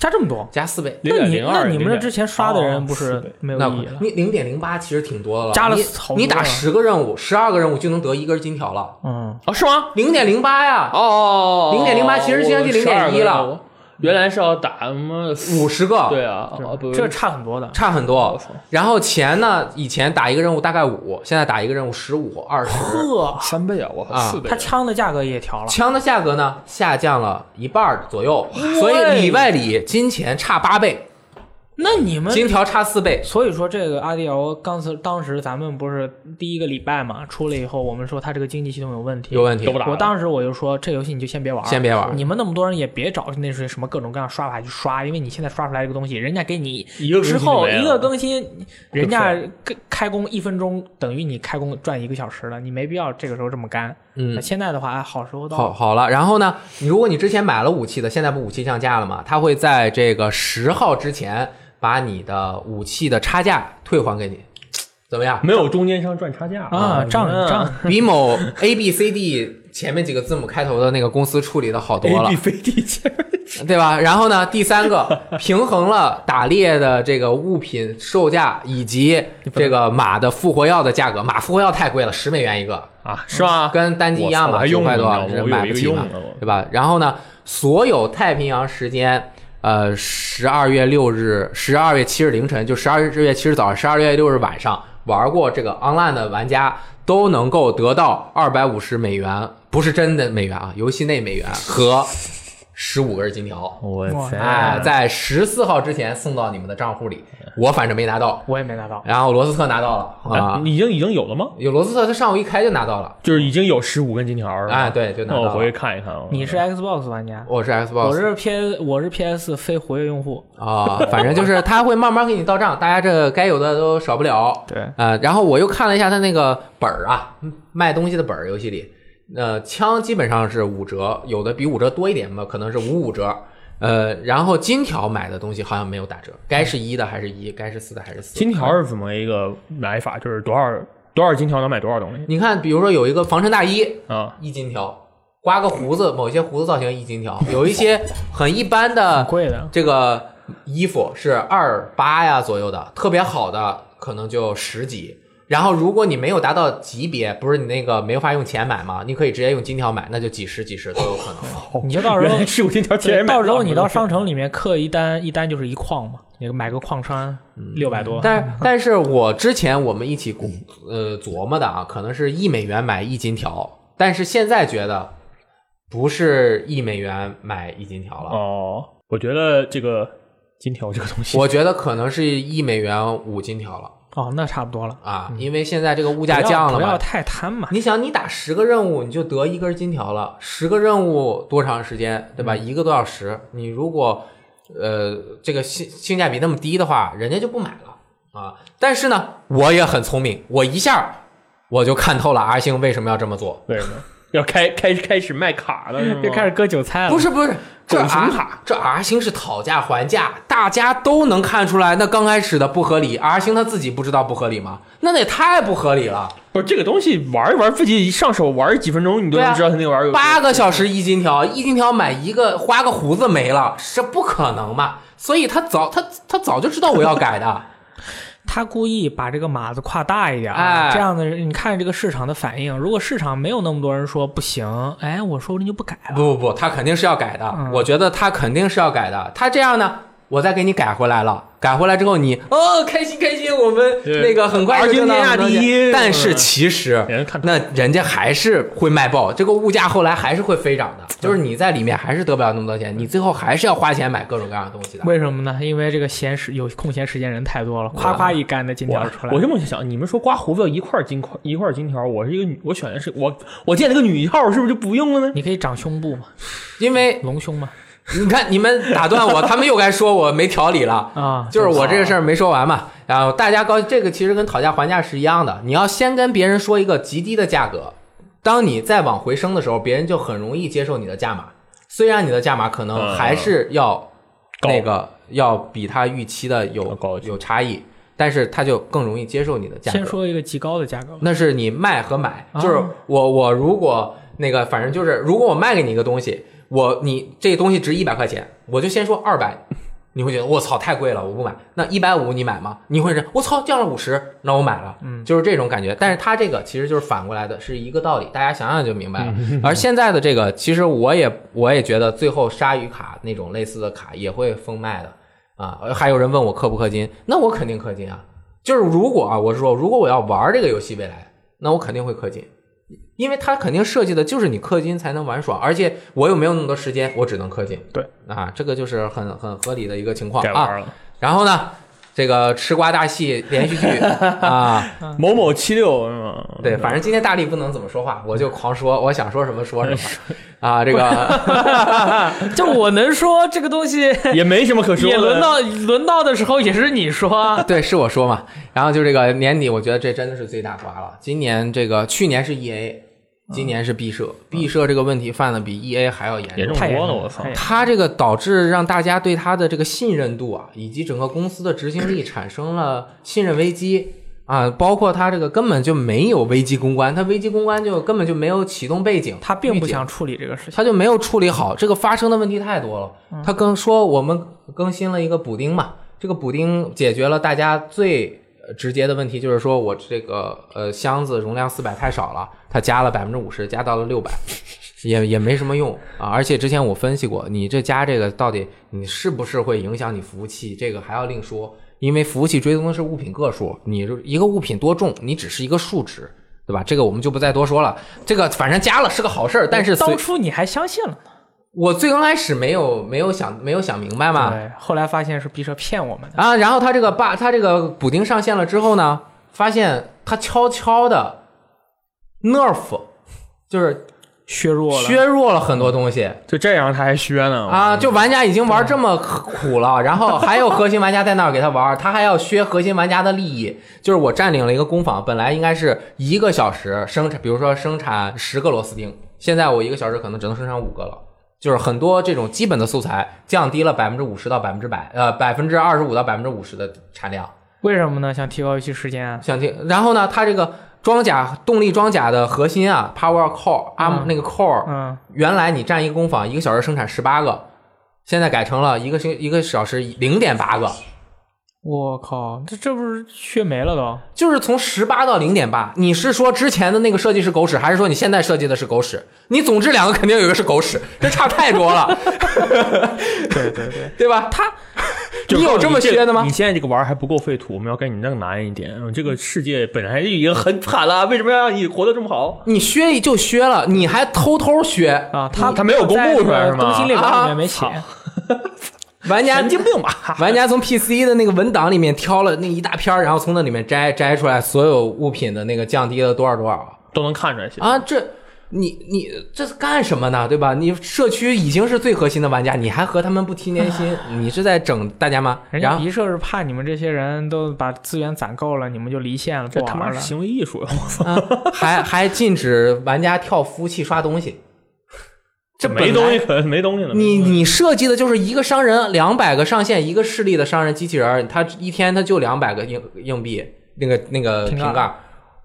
加这么多，
加四倍。
那你那
0.02
你们这之前刷的人
0.02
不
哦
是
对
没有
那
意义了？
你零点零八其实挺多的了，
加了
你
好多
你打
了
十个任务，十二个任务就能得一根金条了，
嗯，
哦，是吗？
零点零八呀，
哦，
0.08其实现在就
我
0.1了，
原来是要打他妈
五十个，
对啊，哦不
这差很多的。
差很
我
多
操。
然后钱呢，以前打一个任务大概五，现在打一个任务十五、二十。
呵，
三倍啊，我靠，
啊
四倍
他
啊，
枪的价格也调了，
枪的价格呢下降了一半儿左右，所以里外里金钱差八倍，
那你们
金条差四倍。
所以说这个 RDL 当时当时咱们不是第一个礼拜嘛出了以后，我们说它这个经济系统有问题，
有问题
都不打了
我当时我就说这游戏你就先别玩，
先别玩
你们那么多人也别找那些什么各种各样刷法去刷，因为你现在刷出来一个东西，人家给你
一个更
之
新就
后
没了
一个更新，人家开开工一分钟等于你开工赚一个小时了，你没必要这个时候这么干。
嗯
那现在的话，哎好时候到
好
了，
好了，然后呢？如果你之前买了武器的，现在不武器降价了吗？它会在这个十号之前把你的武器的差价退还给你，怎 么样？
没有中间商赚差价
啊，账
嗯
账
比某 A B C D 前面几个字母开头的那个公司处理的好多了
A B，C D 前 面
对吧？然后呢，第三个平衡了打猎的这个物品售价以及这个马的复活药的价格，马复活药太贵了，十美元一个，
啊，是吧？
跟单机一样
我操
嘛，
我还
九
用
块
了
多
呢我
人
有
买
一
不
个
起
用
嘛
了我，
对吧？然后呢，所有太平洋时间。呃，十二月六日、十二月七日凌晨，就十二月七日早上、十二月六日晚上，玩过这个 online 的玩家都能够得到二百五十美元，不是真的美元啊，游戏内美元和十五根金条。
我
哇
操！
哎，在十四号之前送到你们的账户里，
哎
我反正没拿到，
我也没拿到。
然后罗斯特拿到 了
啊
啊，，
已经已经有了吗？
有罗斯特他上午一开就拿到了，
就是已经有十五根金条了
哎，，对，就拿
那我
到
回去
了。
看一看啊。
你是 Xbox 玩家，
我是 Xbox，
我是 PS，我是 PS 非活跃用户。
啊、反正就是他会慢慢给你到账，大家这该有的都少不了。
对，
呃，然后我又看了一下他那个本儿啊，卖东西的本儿，游戏里，呃，枪基本上是五折，有的比五折多一点吧，可能是五五折。呃，然后金条买的东西好像没有打折，该是一的还是一，该是四的还是四。
金条是怎么一个买法？就是多少多少金条能买多少东西
你看，比如说有一个防尘大衣，
啊？
一金条，刮个胡子，某些胡子造型一金条，有一些很一般的
很贵的。
这个衣服是二八呀左右的，特别好的可能就十几。然后如果你没有达到级别，不是你那个没法用钱买嘛，你可以直接用金条买，那就几十几十都有可能。
你就到时候
原来十五金条钱
对
也买不
到
了
时候你到商城里面刻一单，一单就是一矿嘛，你买个矿山
嗯
六百多。
但是但是我之前我们一起估呃琢磨的啊，可能是一美元买一金条，但是现在觉得不是一美元买一金条了，
哦，我觉得这个金条这个东西，
我觉得可能是一美元五金条了
哦，那差不多了，
啊，因为现在这个物
物
价降了
不要
嘛。
太贪嘛。
你想，你打十个任务你就得一根金条了，十个任务多长时间，对吧？一个多小时。你如果呃这个性性价比那么低的话，人家就不买了啊。但是呢，我也很聪明，我一下我就看透了阿星为什么要这么做。
为什么 要开开开始卖卡了？是吗
又开始割韭菜了。
不，是不是，这
狗熊
R
卡
这 R 星是讨价还价，大家都能看出来。那刚开始的不合理，R 星他自己不知道不合理吗？那那也太不合理了。
不是这个东西玩一玩，自己一上手玩几分钟，你都
对啊
能知道他那个玩意儿有多
八个小时一金条，一金条买一个，花个胡子没了，这不可能嘛？所以他早他他早就知道我要改的，
他故意把这个码子跨大一点儿，
哎
这样的你看这个市场的反应。如果市场没有那么多人说不行，哎，我说不定就不改了。
不不不，他肯定是要改的，
嗯
我觉得他肯定是要改的。他这样呢，我再给你改回来了，改回来之后你哦开心开心，我们
对
那个很快就
二
挣
军
到
天下嗯
很多
第一
钱
是吧
但是其实
人家看
那人家还是会卖爆，这个物价后来还是会飞涨的，就是你在里面还是得不了那么多钱，你最后还是要花钱买各种各样的东西的。
为什么呢？因为这个闲时有空闲时间人太多了，夸夸一干的金条出来。
我这么想，你们说刮胡子要一块金块一块金条，我是一个女，我选的是我我见了个女一号，是不是就不用了呢？
你可以长胸部嘛，
因为
隆胸嘛，
你看你们打断我，他们又该说我没条理 了。
啊，
就是我这个事儿没说完嘛，然后大家高这个其实跟讨价还价是一样的，你要先跟别人说一个极低的价格，当你再往回升的时候，别人就很容易接受你的价码，虽然你的价码可能还是要
嗯高
那个要比他预期的
要
有
高一些
有差异，但是他就更容易接受你的价格
先。说一个极高的价格吧。
那是你卖和买，
啊
就是我我如果那个反正就是，如果我卖给你一个东西，我你这东西值一百块钱，我就先说二百，你会觉得我操太贵了，我不买。那一百五你买吗？你会是我操降了五十，那我买了，嗯，就是这种感觉。但是它这个其实就是反过来的，是一个道理，大家想想就明白了。而现在的这个，其实我也我也觉得最后鲨鱼卡那种类似的卡也会封卖的。啊，呃还有人问我氪不氪金，那我肯定氪金啊。就是如果啊，我是说，如果我要玩这个游戏未来，那我肯定会氪金，因为它肯定设计的就是你氪金才能玩爽，而且我又没有那么多时间，我只能氪金。
对
啊，这个就是很很合理的一个情况
改
啊。
玩了。
然后呢，这个吃瓜大戏连续剧啊，
某某七六是吗？
对，反正今天大力不能怎么说话，我就狂说，我想说什么说什么啊。这个
就我能说这个东西，
也没什么可说
也
的。
轮到轮到的时候也是你说 啊。
对，是我说嘛。然后就这个年底，我觉得这真的是最大瓜了。今年这个去年是 E A。今年是毕设，毕设这个问题犯的比 E A 还要严重
严重
太严
多了，
重了
我操
太！严
它这个导致让大家对它的这个信任度啊，以及整个公司的执行力产生了信任危机啊，包括它这个根本就没有危机公关，它危机公关就根本就没有启动背景，
他并不
预警
想处理这个事情。
他就没有处理好这个发生的问题太多了。他更说我们更新了一个补丁嘛，这个补丁解决了大家最呃直接的问题，就是说我这个呃箱子容量四百太少了，它加了百分之五十，加到了六百。也也没什么用啊，而且之前我分析过，你这加这个到底你是不是会影响你服务器，这个还要另说，因为服务器追踪的是物品个数，你一个物品多重，你只是一个数值，对吧？这个我们就不再多说了，这个反正加了是个好事儿，但是随
当初你还相信了呢，
我最刚开始没有没有想没有想明白嘛
对，后来发现是 B 社骗我们的，
啊，然后他这个霸他这个补丁上线了之后呢，发现他悄悄的 nerf 就是
削弱了。
削弱了很多东西
就这样他还削
哦
呢
啊，就玩家已经玩这么苦了，然后还有核心玩家在那儿给他玩，他还要削核心玩家的利益，就是我占领了一个工坊，本来应该是一个小时生产，比如说生产十个螺丝钉，现在我一个小时可能只能生产五个了。就是很多这种基本的素材降低了百分之五十到百分之百，呃，百分之二十五到百分之五十的产量。
为什么呢？想提高游戏时间啊。
想听，然后呢，它这个装甲动力装甲的核心啊，Power Core 啊、
嗯
那个 Core，
嗯，
原来你占一个工坊一个小时生产十八个，现在改成了一个星一个小时零点八个，
我靠，这这不是削没了都？
就是从十八到零点八。你是说之前的那个设计是狗屎，还是说你现在设计的是狗屎？你总之两个肯定有一个是狗屎，这差太多 了，
对对对，
对吧？它
就
你有这么削的吗
你现在这个玩儿还不够废土，我们要给你弄难一点。嗯这个世界本来就已经
嗯
很惨了，为什么要让你活得这么好？
你削就削了，你还偷偷削，
啊，他
他没有公布出
在那个
来是吗
更新列表里面没写，
啊
玩家
神经病 吧？
玩家从 PC 的那个文档里面挑了那一大篇儿，然后从那里面摘摘出来所有物品的那个降低了多少多少
都能看出来，其实
啊！这你你这是干什么呢？对吧？你社区已经是最核心的玩家，你还和他们不提联 心，你是在整大家吗？
人家
然后
鼻社是怕你们这些人都把资源攒够了，你们就离线了，
这
不
他
玩
妈
了
是。行为艺术，我操！
啊， 还还禁止玩家跳服务器刷东西，这
没
本来
东西可没东西了。
你你设计的就是一个商人两百个上线，一个势力的商人机器人儿，他一天他就两百个硬硬币，那个那个
瓶
瓶
盖
盖儿。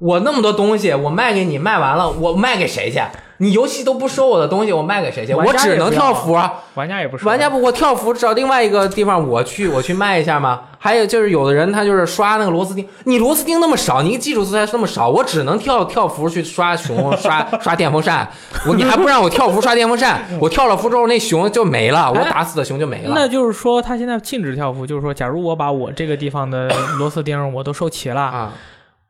我那么多东西，我卖给你，卖完了，我卖给谁去？你游戏都不收我的东西，我卖给谁去？
玩
我
家也
只能
不要
跳服啊！
玩家也不是
玩家不，我跳服找另外一个地方，我去，我去卖一下吗？还有就是，有的人他就是刷那个螺丝钉，你螺丝钉那么少，你基础素材那么少，我只能跳跳服去刷熊、 刷刷电风扇，我你还不让我跳服刷电风扇， 我跳了服之后那熊就没了，我打死的熊就没了。
哎那就是说，他现在禁止跳服，就是说，假如我把我这个地方的螺丝钉儿我都收齐了，
啊，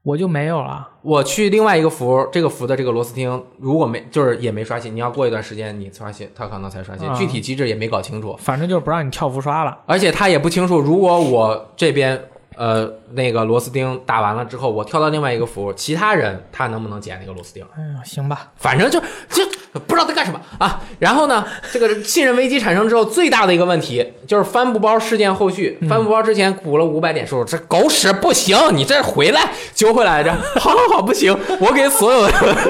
我就没有了。
我去另外一个服，这个服的这个螺丝钉如果没就是也没刷新，你要过一段时间你刷新，它可能才刷新，
啊
具体机制也没搞清楚。
反正就是不让你跳服刷了。
而且他也不清楚，如果我这边呃那个螺丝钉打完了之后，我跳到另外一个服，其他人他能不能捡那个螺丝钉？
哎呀，行吧，
反正就就不知道在干什么啊。然后呢，这个信任危机产生之后，最大的一个问题就是帆布包事件后续，帆布包之前补了五百点收入，这狗屎不行，你这回来揪回来着，好好好，不行，我给所有的
回来完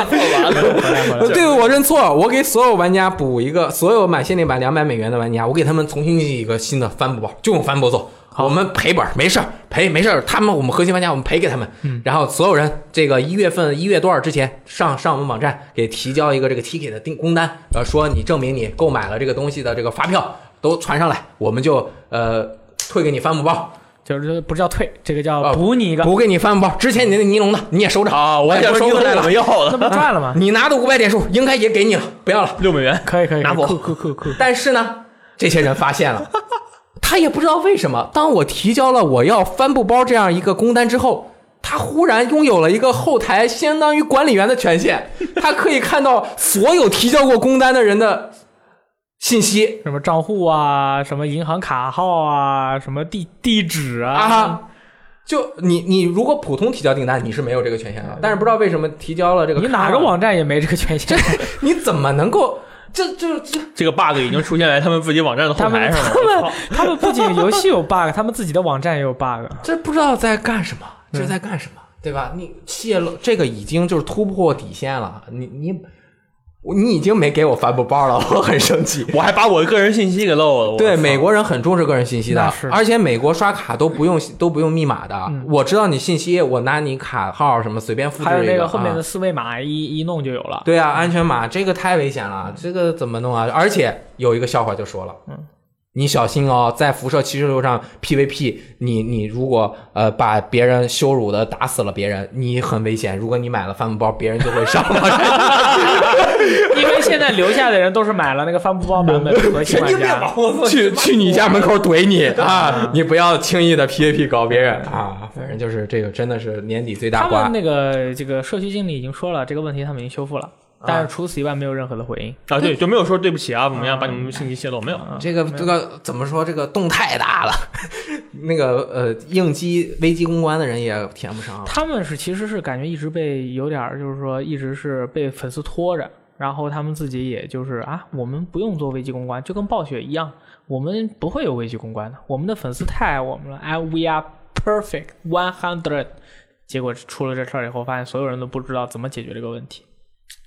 了，回来回来。
对，我认错，我给所有玩家补一个，所有买限定版两百美元的玩家，我给他们重新一个新的帆布包，就用帆布做。我们赔本儿没事儿，赔没事儿。他们我们核心玩家，我们赔给他们。然后所有人这个一月份一月多少之前上上我们网站给提交一个这个 ticket 的订工单，呃，说你证明你购买了这个东西的这个发票都传上来，我们就呃退给你帆布包，
就是不是叫退，这个
啊
叫哦补你一个，
补给你帆布包。之前你那尼龙的你也收着
啊！我
哎
想
收
说
回来
我
了，
们要
那
了
不赚了吗？
你拿的五百点数应该也给你了，不要了。
六美元，
可以可以，
拿
可以
走
酷酷酷酷。
但是呢，这些人发现了，他也不知道为什么，当我提交了我要帆布包这样一个工单之后。他忽然拥有了一个后台相当于管理员的权限，他可以看到所有提交过工单的人的信息
什么账户啊，什么银行卡号啊，什么地地址啊，
啊！就你你如果普通提交订单，你是没有这个权限的，但是不知道为什么提交了这个，
你哪个？网站也没这个权限。
你怎么能够？这这这
这个 bug 已经出现在他们自己网站的后
他们
台上了。
他
我
们
操
他 们不仅游戏有 bug，他们自己的网站也有 bug。嗯
这不知道在干什么，这在干什么？对吧？你泄露这个已经就是突破底线了，你你我你已经没给我帆布包了， 我很生气。
我还把我的个人信息给漏了。我
对，
操
美国人很重视个人信息
那
的
是，嗯
而且美国刷卡都不用都不用密码的，我知道你信息，我拿你卡号什么随便复制
还有
一
那
个
个后面
啊
的四维码一一弄就有了。
对啊，安全码这个太危险了，这个怎么弄啊？而且有一个笑话就说了，
嗯，
你小心哦，在辐射七十六上 PVP，你你如果呃把别人羞辱的打死了别人，你很危险。如果你买了帆布包，别人就会上 当。
因为现在留下的人都是买了那个帆布包版本的核心玩家，
去去你家门口怼你啊！你不要轻易的 PVP 搞别人啊！反正就是这个真的是年底最大
他
瓜
们。那个这个社区经理已经说了这个问题，他们已经修复了，但是除此以外没有任何的回应。
啊，对，就没有说对不起啊，怎么样把你们的信息泄露没有？啊
这个这个怎么说？这个洞太大了， 那个呃应激危机公关的人也填不上。
他们是其实是感觉一直被有点儿，就是说一直是被粉丝拖着，然后他们自己也就是啊，我们不用做危机公关，就跟暴雪一样，我们不会有危机公关的，我们的粉丝太爱我们了，I we are perfect one hundred。结果出了这事儿以后，发现所有人都不知道怎么解决这个问题。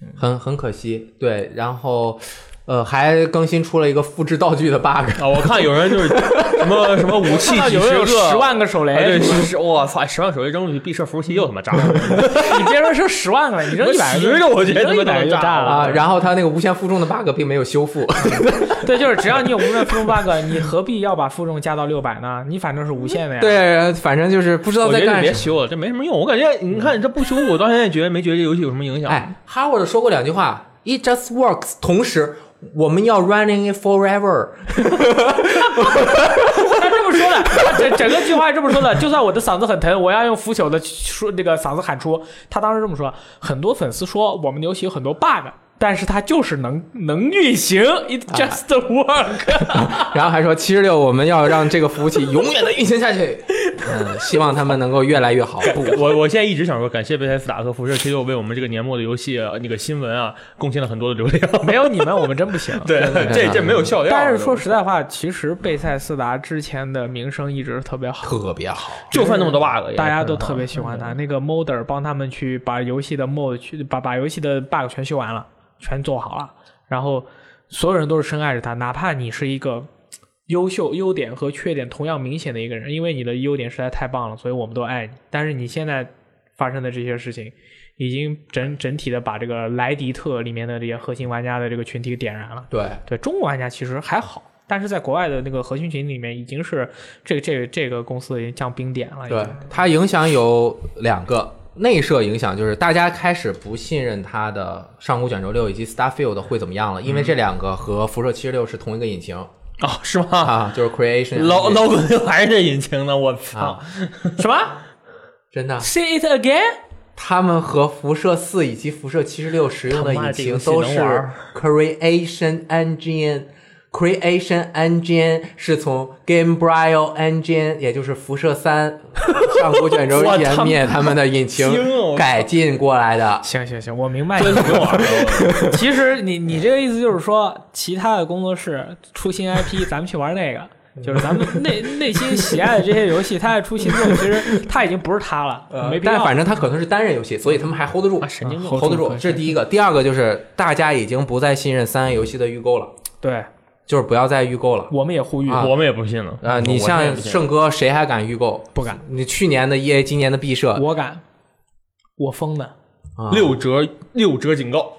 嗯
很很可惜，对，然后，呃，还更新出了一个复制道具的 bug，
啊，我看有人就是什么什么武 器
看到
几
有人
十
有
个，
十万个手
啊对，
雷，
十我操，十万手机扔出去，毕设服务器又他妈炸 了，
你别说是十万个了，你扔一百
十个我觉得
扔一百个就
都能炸
炸
了
了
啊，。然后它那个无限负重的 bug 并没有修复，
对，就是只要你有无限负重 bug，你何必要把负重加到六百呢？你反正是无限的呀。
对，反正就是不知道
我
在
觉得你
干
别
什么。
修了，这没什么用。我感觉你看这不修，我到现在觉得没觉得这游戏有什么影响。
哎，Howard 说过两句话，It just works，同时我们要 running it forever，
他这么说的，他整整个句话是这么说的。就算我的嗓子很疼，我要用腐朽的说那个嗓子喊出。他当时这么说，很多粉丝说我们游戏有很多 bug。但是它就是能能运行，it just work，、
然后还说七十六我们要让这个服务器永远的运行下 去，嗯，希望他们能够越来越好。不，
我我现在一直想说，感谢贝塞斯达和辐射七六为我们这个年末的游戏呃那个新闻啊贡献了很多的流量。
没有你们我们真不行。
对，这这没有笑料。
但是说实在话，其实贝塞斯达之前的名声一直特别好，
特别好，
就算那么多 bug，也
大家 都特别喜欢他。那个 modder 帮他们去把游戏的 mod 去把把游戏的 bug 全修完了，全做好了，然后所有人都是深爱着他，哪怕你是一个优秀、优点和缺点同样明显的一个人，因为你的优点实在太棒了，所以我们都爱你。但是你现在发生的这些事情，已经整整体的把这个莱迪特里面的这些核心玩家的这个群体给点燃了。
对，
对中国玩家其实还好，但是在国外的那个核心群里面，已经是这个这个这个公司已经降冰点了。已经
哎
对，它影响有两个。内设影响就是大家开始不信任它的《上古卷轴六》以及《Starfield》会怎么样了，因为这两个和《辐射七十六》是同一个引擎
啊，是吗？
啊，就是 Creation Engine。
老老滚还是这引擎呢，我操
啊！
什么
真的，
？Say it again？
他们和《辐射四》以及《辐射七十六》使用的
他妈
引
这游
擎
戏
都
能
是
玩儿
Creation Engine。Creation Engine 是从 Gamebryo Engine，也就是辐射 三上古卷轴
我他妈
湮灭他们的引擎
惊了我
改进过来的。
行行行，我明白你
真
了。
是不用玩了， 我
其实你你这个意思就是说，其他的工作室出新 IP，咱们 去玩那个。就是咱们内内心喜爱的这些游戏，它在出新作，其实它已经不是它了，
呃
没必要。
呃但反正它可能是单人游戏，所以他们还 hold 得住
啊，神经病！
hold
hold 得
住
住。这是第一个，第二个就是大家已经不再信任三 A 游戏的预购了，
对，
就是不要再预购了。
我们也呼吁，
啊
我们也不信了
啊！你像
圣
圣哥，谁还敢预购？
不敢，
你去年
嗯
的 EA，今年的毕设，
我敢，我疯的。
啊
六折六折警告，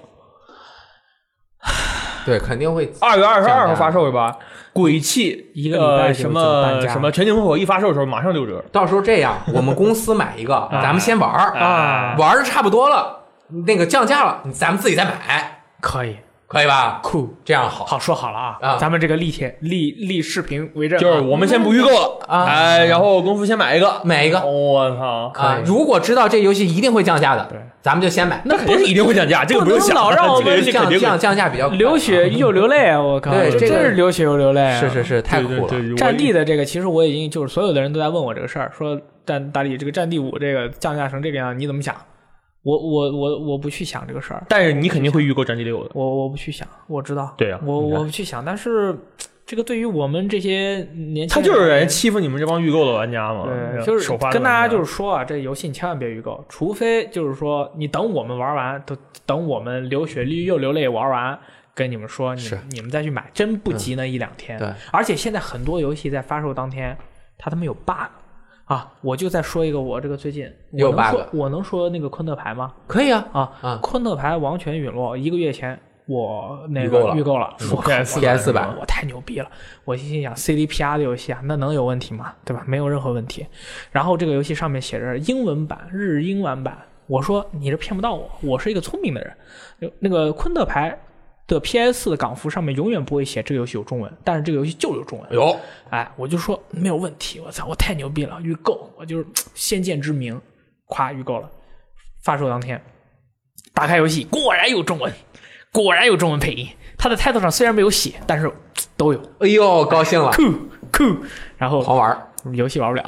对肯定会
二月二十
降
二
价
号发售是吧？鬼泣
一个礼拜
呃
就
什
就半
么
价
什么全境烽火一发售的时候马上六折
到时候这 样，我们公司买一个，咱们先玩儿，
啊！
玩的差不多了，那个降价了，咱们自己再买，
可以，
可以吧？
酷，
这样好。
好说好了啊，
啊
咱们这个立帖立立视频为证啊，
就是我们先不预购了，
啊
哎，然后功夫先买一个，
买一个
我操！
啊
可！以
如果知道这游戏一定会降价
对
的，咱们就先买。
那肯定是一定会降价，这个
不
用
能
想
老
了，
让我
这个
们
游戏肯
降
定
降降价比较快
流血又流泪啊，我靠，
对
这
这个
真是流血又流泪啊，
是是是，太
对
酷
对
了。
对我
战地的这个，其实我已经就是所有的人都在问我这个事儿，说战大力这个战地五这个降价成这个样，你怎么想？我我我我不去想这个事儿，
但是你肯定会预购《战地六》的。
我我不去想，我知道，
对啊
我
你看
我不去想，但是这个对于我们这些年轻
他
人，
就是人欺负你们这帮预购的玩家嘛，
对，
这
就是
首发的
跟大
玩
家就是说啊，这游戏你千万别预购，除非就是说你等我们玩完，等等我们流血流又流泪玩完，跟你们说，你
是嗯
你们再去买，真不急那一两天。
对，
而且现在很多游戏在发售当天，它他妈有 bug 啊！我就再说一个，我这个最近
有
我能
bug
说我能说那个昆特牌吗？
可以啊
啊，
啊
昆特牌王权陨落一个月前。我那
预购
个
了嗯
预购了，我靠
PS4
PS
我
版
我太牛逼了！我心想 CDPR 的游戏啊，那能有问题吗？对吧？没有任何问题。然后这个游戏上面写着英文版、日英文版，我说你这骗不到我，我是一个聪明的人。有那个昆特牌的 PS 的港服上面永远不会写这个游戏有中文，但是这个游戏就有中文。
有
哎，我就说没有问题，我操，我太牛逼了，预购，我就是先见之明，夸预购了，发售当天，打开游戏，果然有中文，果然有中文配音，它的 title 上虽然没有写，但是都有，
哎呦，高兴了，
酷酷，然后
狂玩儿，
游戏玩不了，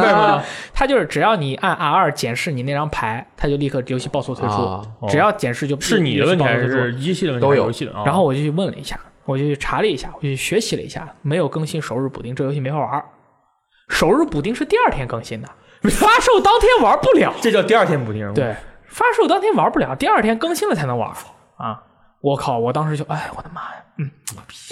啊
它就是只要你按 R 2检视你那张牌，它就立刻游戏爆速退出，
啊
哦
只要检视就是
你的问题还
游戏爆速退出
是机器的问题
都
还是
有
游戏的啊？
然后我就去问了一下，我就去查了一下，我就去学习了一下，没有更新首日补丁，这游戏没法玩儿。首日补丁是第二天更新的，发售当天玩不了。
这叫第二天补丁，，
对，发售当天玩不了，第二天更新了才能玩儿啊！我靠，我当时就哎，我的妈呀，嗯，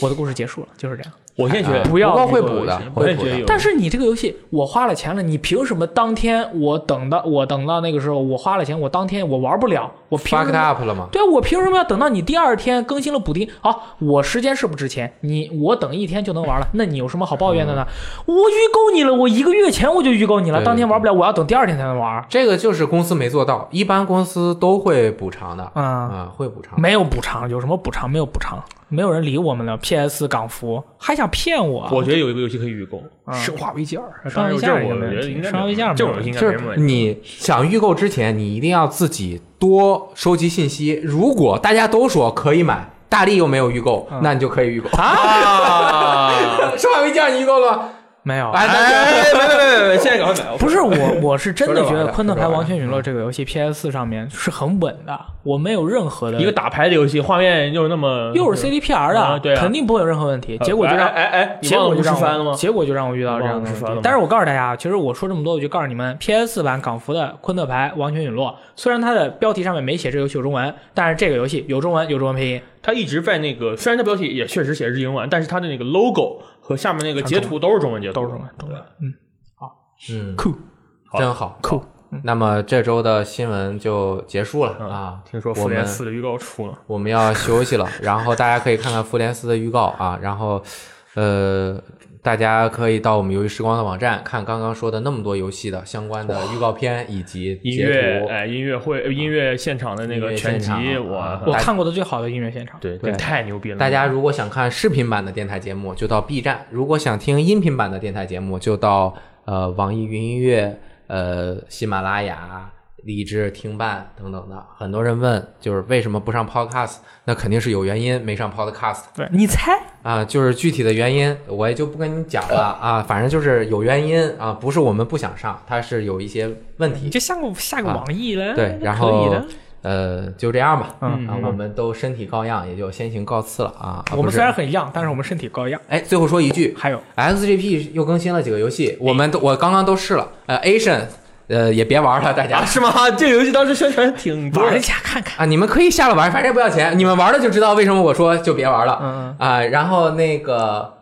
我的故事结束了，就是这样。
我现在觉得
不要
啊不过
预
会
购
补的
游戏，我
会
现在
补
觉得
的
有，
但是你这个游戏，我花了钱了，你凭什么当天我等到我等到那个时候，我花了钱，我当天我玩不了，我凭什
，fucked
么
up 了吗？
对啊，我凭什么要等到你第二天更新了补丁？好，我时间是不值钱，你我等一天就能玩了，那你有什么好抱怨的呢？我预购你了，我一个月前我就预购你了，
嗯对
当天玩不了，我要等第二天才能玩。
这个就是公司没做到，一般公司都会补偿的，
嗯，
啊，会补偿。
没有补偿，有什么补偿？没有补偿，没有人理我们了。PS 港服还想骗我？
我觉得有一个游戏可以预购，
嗯
生化危机二》。
生化危机
这
二
我
应该没
觉
问
得
题
应该
生化危机二
这种
没
游
问
戏
题
应该
就
没什么
是
问题。
你想预购之前，你一定要自己多收集信息。如果大家都说可以买，大力又没有预购，那你就可以预购。
啊！
生化危机二你预购了吗？
没有。
哎，那
哎，别别别别，现在赶快买！
不是我，我是真的觉得《昆特牌
说着玩的嗯
王权陨落》这个游戏 PS 上面是很稳的，我没有任何的
一个打牌的游戏，画面又那么
又是 CDPR
啊
的，
对啊
肯定不会有任何问题。结果就让
哎哎，
结果就
是
让
翻了
我
吗？
结果就让我遇到这样的
忘了吃
问
饭
题
了吗。
但是我告诉大家啊，其实我说这么多，我就告诉你们，PS 版港服的《昆特牌王权陨落》，虽然它的标题上面没写这游戏有中文，但是这个游戏有中文，有中文配音。
他一直在那个，虽然他标题也确实写的是英文，但是他的那个 logo 和下面那个截图都是中文截图，
都是中文中文
嗯，
嗯，
酷
真好。
酷，
那么这周的新闻就结束了啊。
嗯听说
我
复联
们
四的预告出了，
我们要休息了， 然后大家可以看看复联四的预告啊，然后呃，大家可以到我们由于时光的网站看刚刚说的那么多游戏的相关的预告片以及
音
截
乐
图。
哎，音乐会、呃音乐现场的那
音
个
乐
全
现
集
场，啊
我
我
看过的最好的音乐现场。
对
对
太牛逼了！
大家如果想看视频版的电台节目，就到 B 站；如果想听音频版的电台节目，就到呃网易云音乐、呃喜马拉雅、荔枝、听伴等等的。很多人问，就是为什么不上 Podcast？那肯定是有原因没上 Podcast
对，你猜？
啊，就是具体的原因我也就不跟你讲了
哦
啊，反正就是有原因啊，不是我们不想上，它是有一些问
你
题。
就下个下个
啊
网易了，
对，然
可以
后
啊
的。
呃就这样吧，
嗯
啊，我们都身体告恙，也就先行告辞了啊。啊
我
不
们
是
虽然很样，但是我们身体高样。
哎，最后说一句，
还有
XGP 又更新了几个游戏，我们都我刚刚都试了，呃，Asian，呃也别玩了，大
啊
家
是吗？这个游戏当时宣传挺多
玩
的
一，下看看。
啊，你们可以下了玩，反正也不要钱，你们玩了就知道为什么我说就别玩了
嗯，
啊、然后那个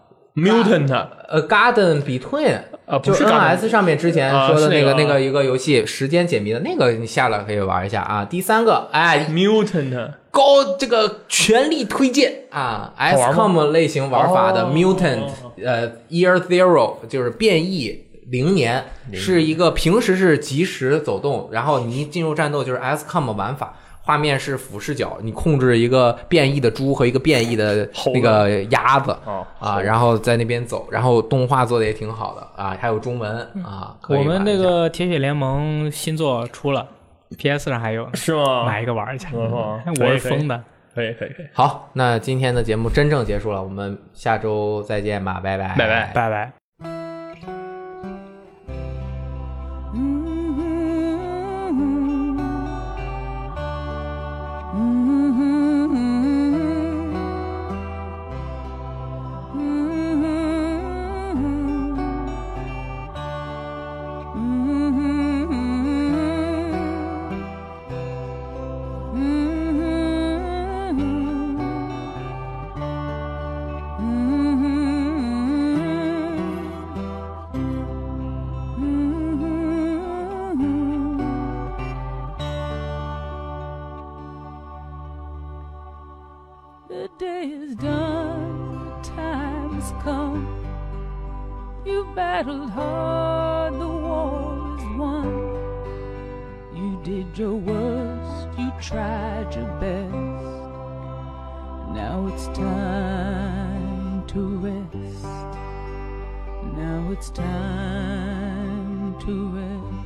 Mutant
呃，Garden Between。
啊，
就
不是
NS 上面之前
啊
说的
是那
那
个
个
啊
那个一个游戏时间解谜的那个，你下了可以玩一下啊。第三个，哎，
Mutant
高这个全力推荐啊
玩吗
，XCOM 类型玩法的
哦
Mutant，、呃，Year Zero 就是变异零年，是一个平时是即时走动，然后你一进入战斗就是 XCOM 玩法。画面是俯视角，你控制一个变异的猪和一个变异的
猴子
那个鸭子
哦
啊，然后在那边走，然后动画做的也挺好的啊，还有中文啊。可以
嗯我们
玩
那
一下
个铁血联盟新作出了，PS 上还有呢，
是吗？
买一个玩一下。嗯
哦可以
我是疯的。
可以可以可以，
好，那今天的节目真正结束了，我们下周再见吧，拜拜，
拜拜
拜拜。
Mm-hmm. Mm-hmm. battle hard, the war is won. You did your worst, you tried your best. Now it's time to rest. Now it's time to rest.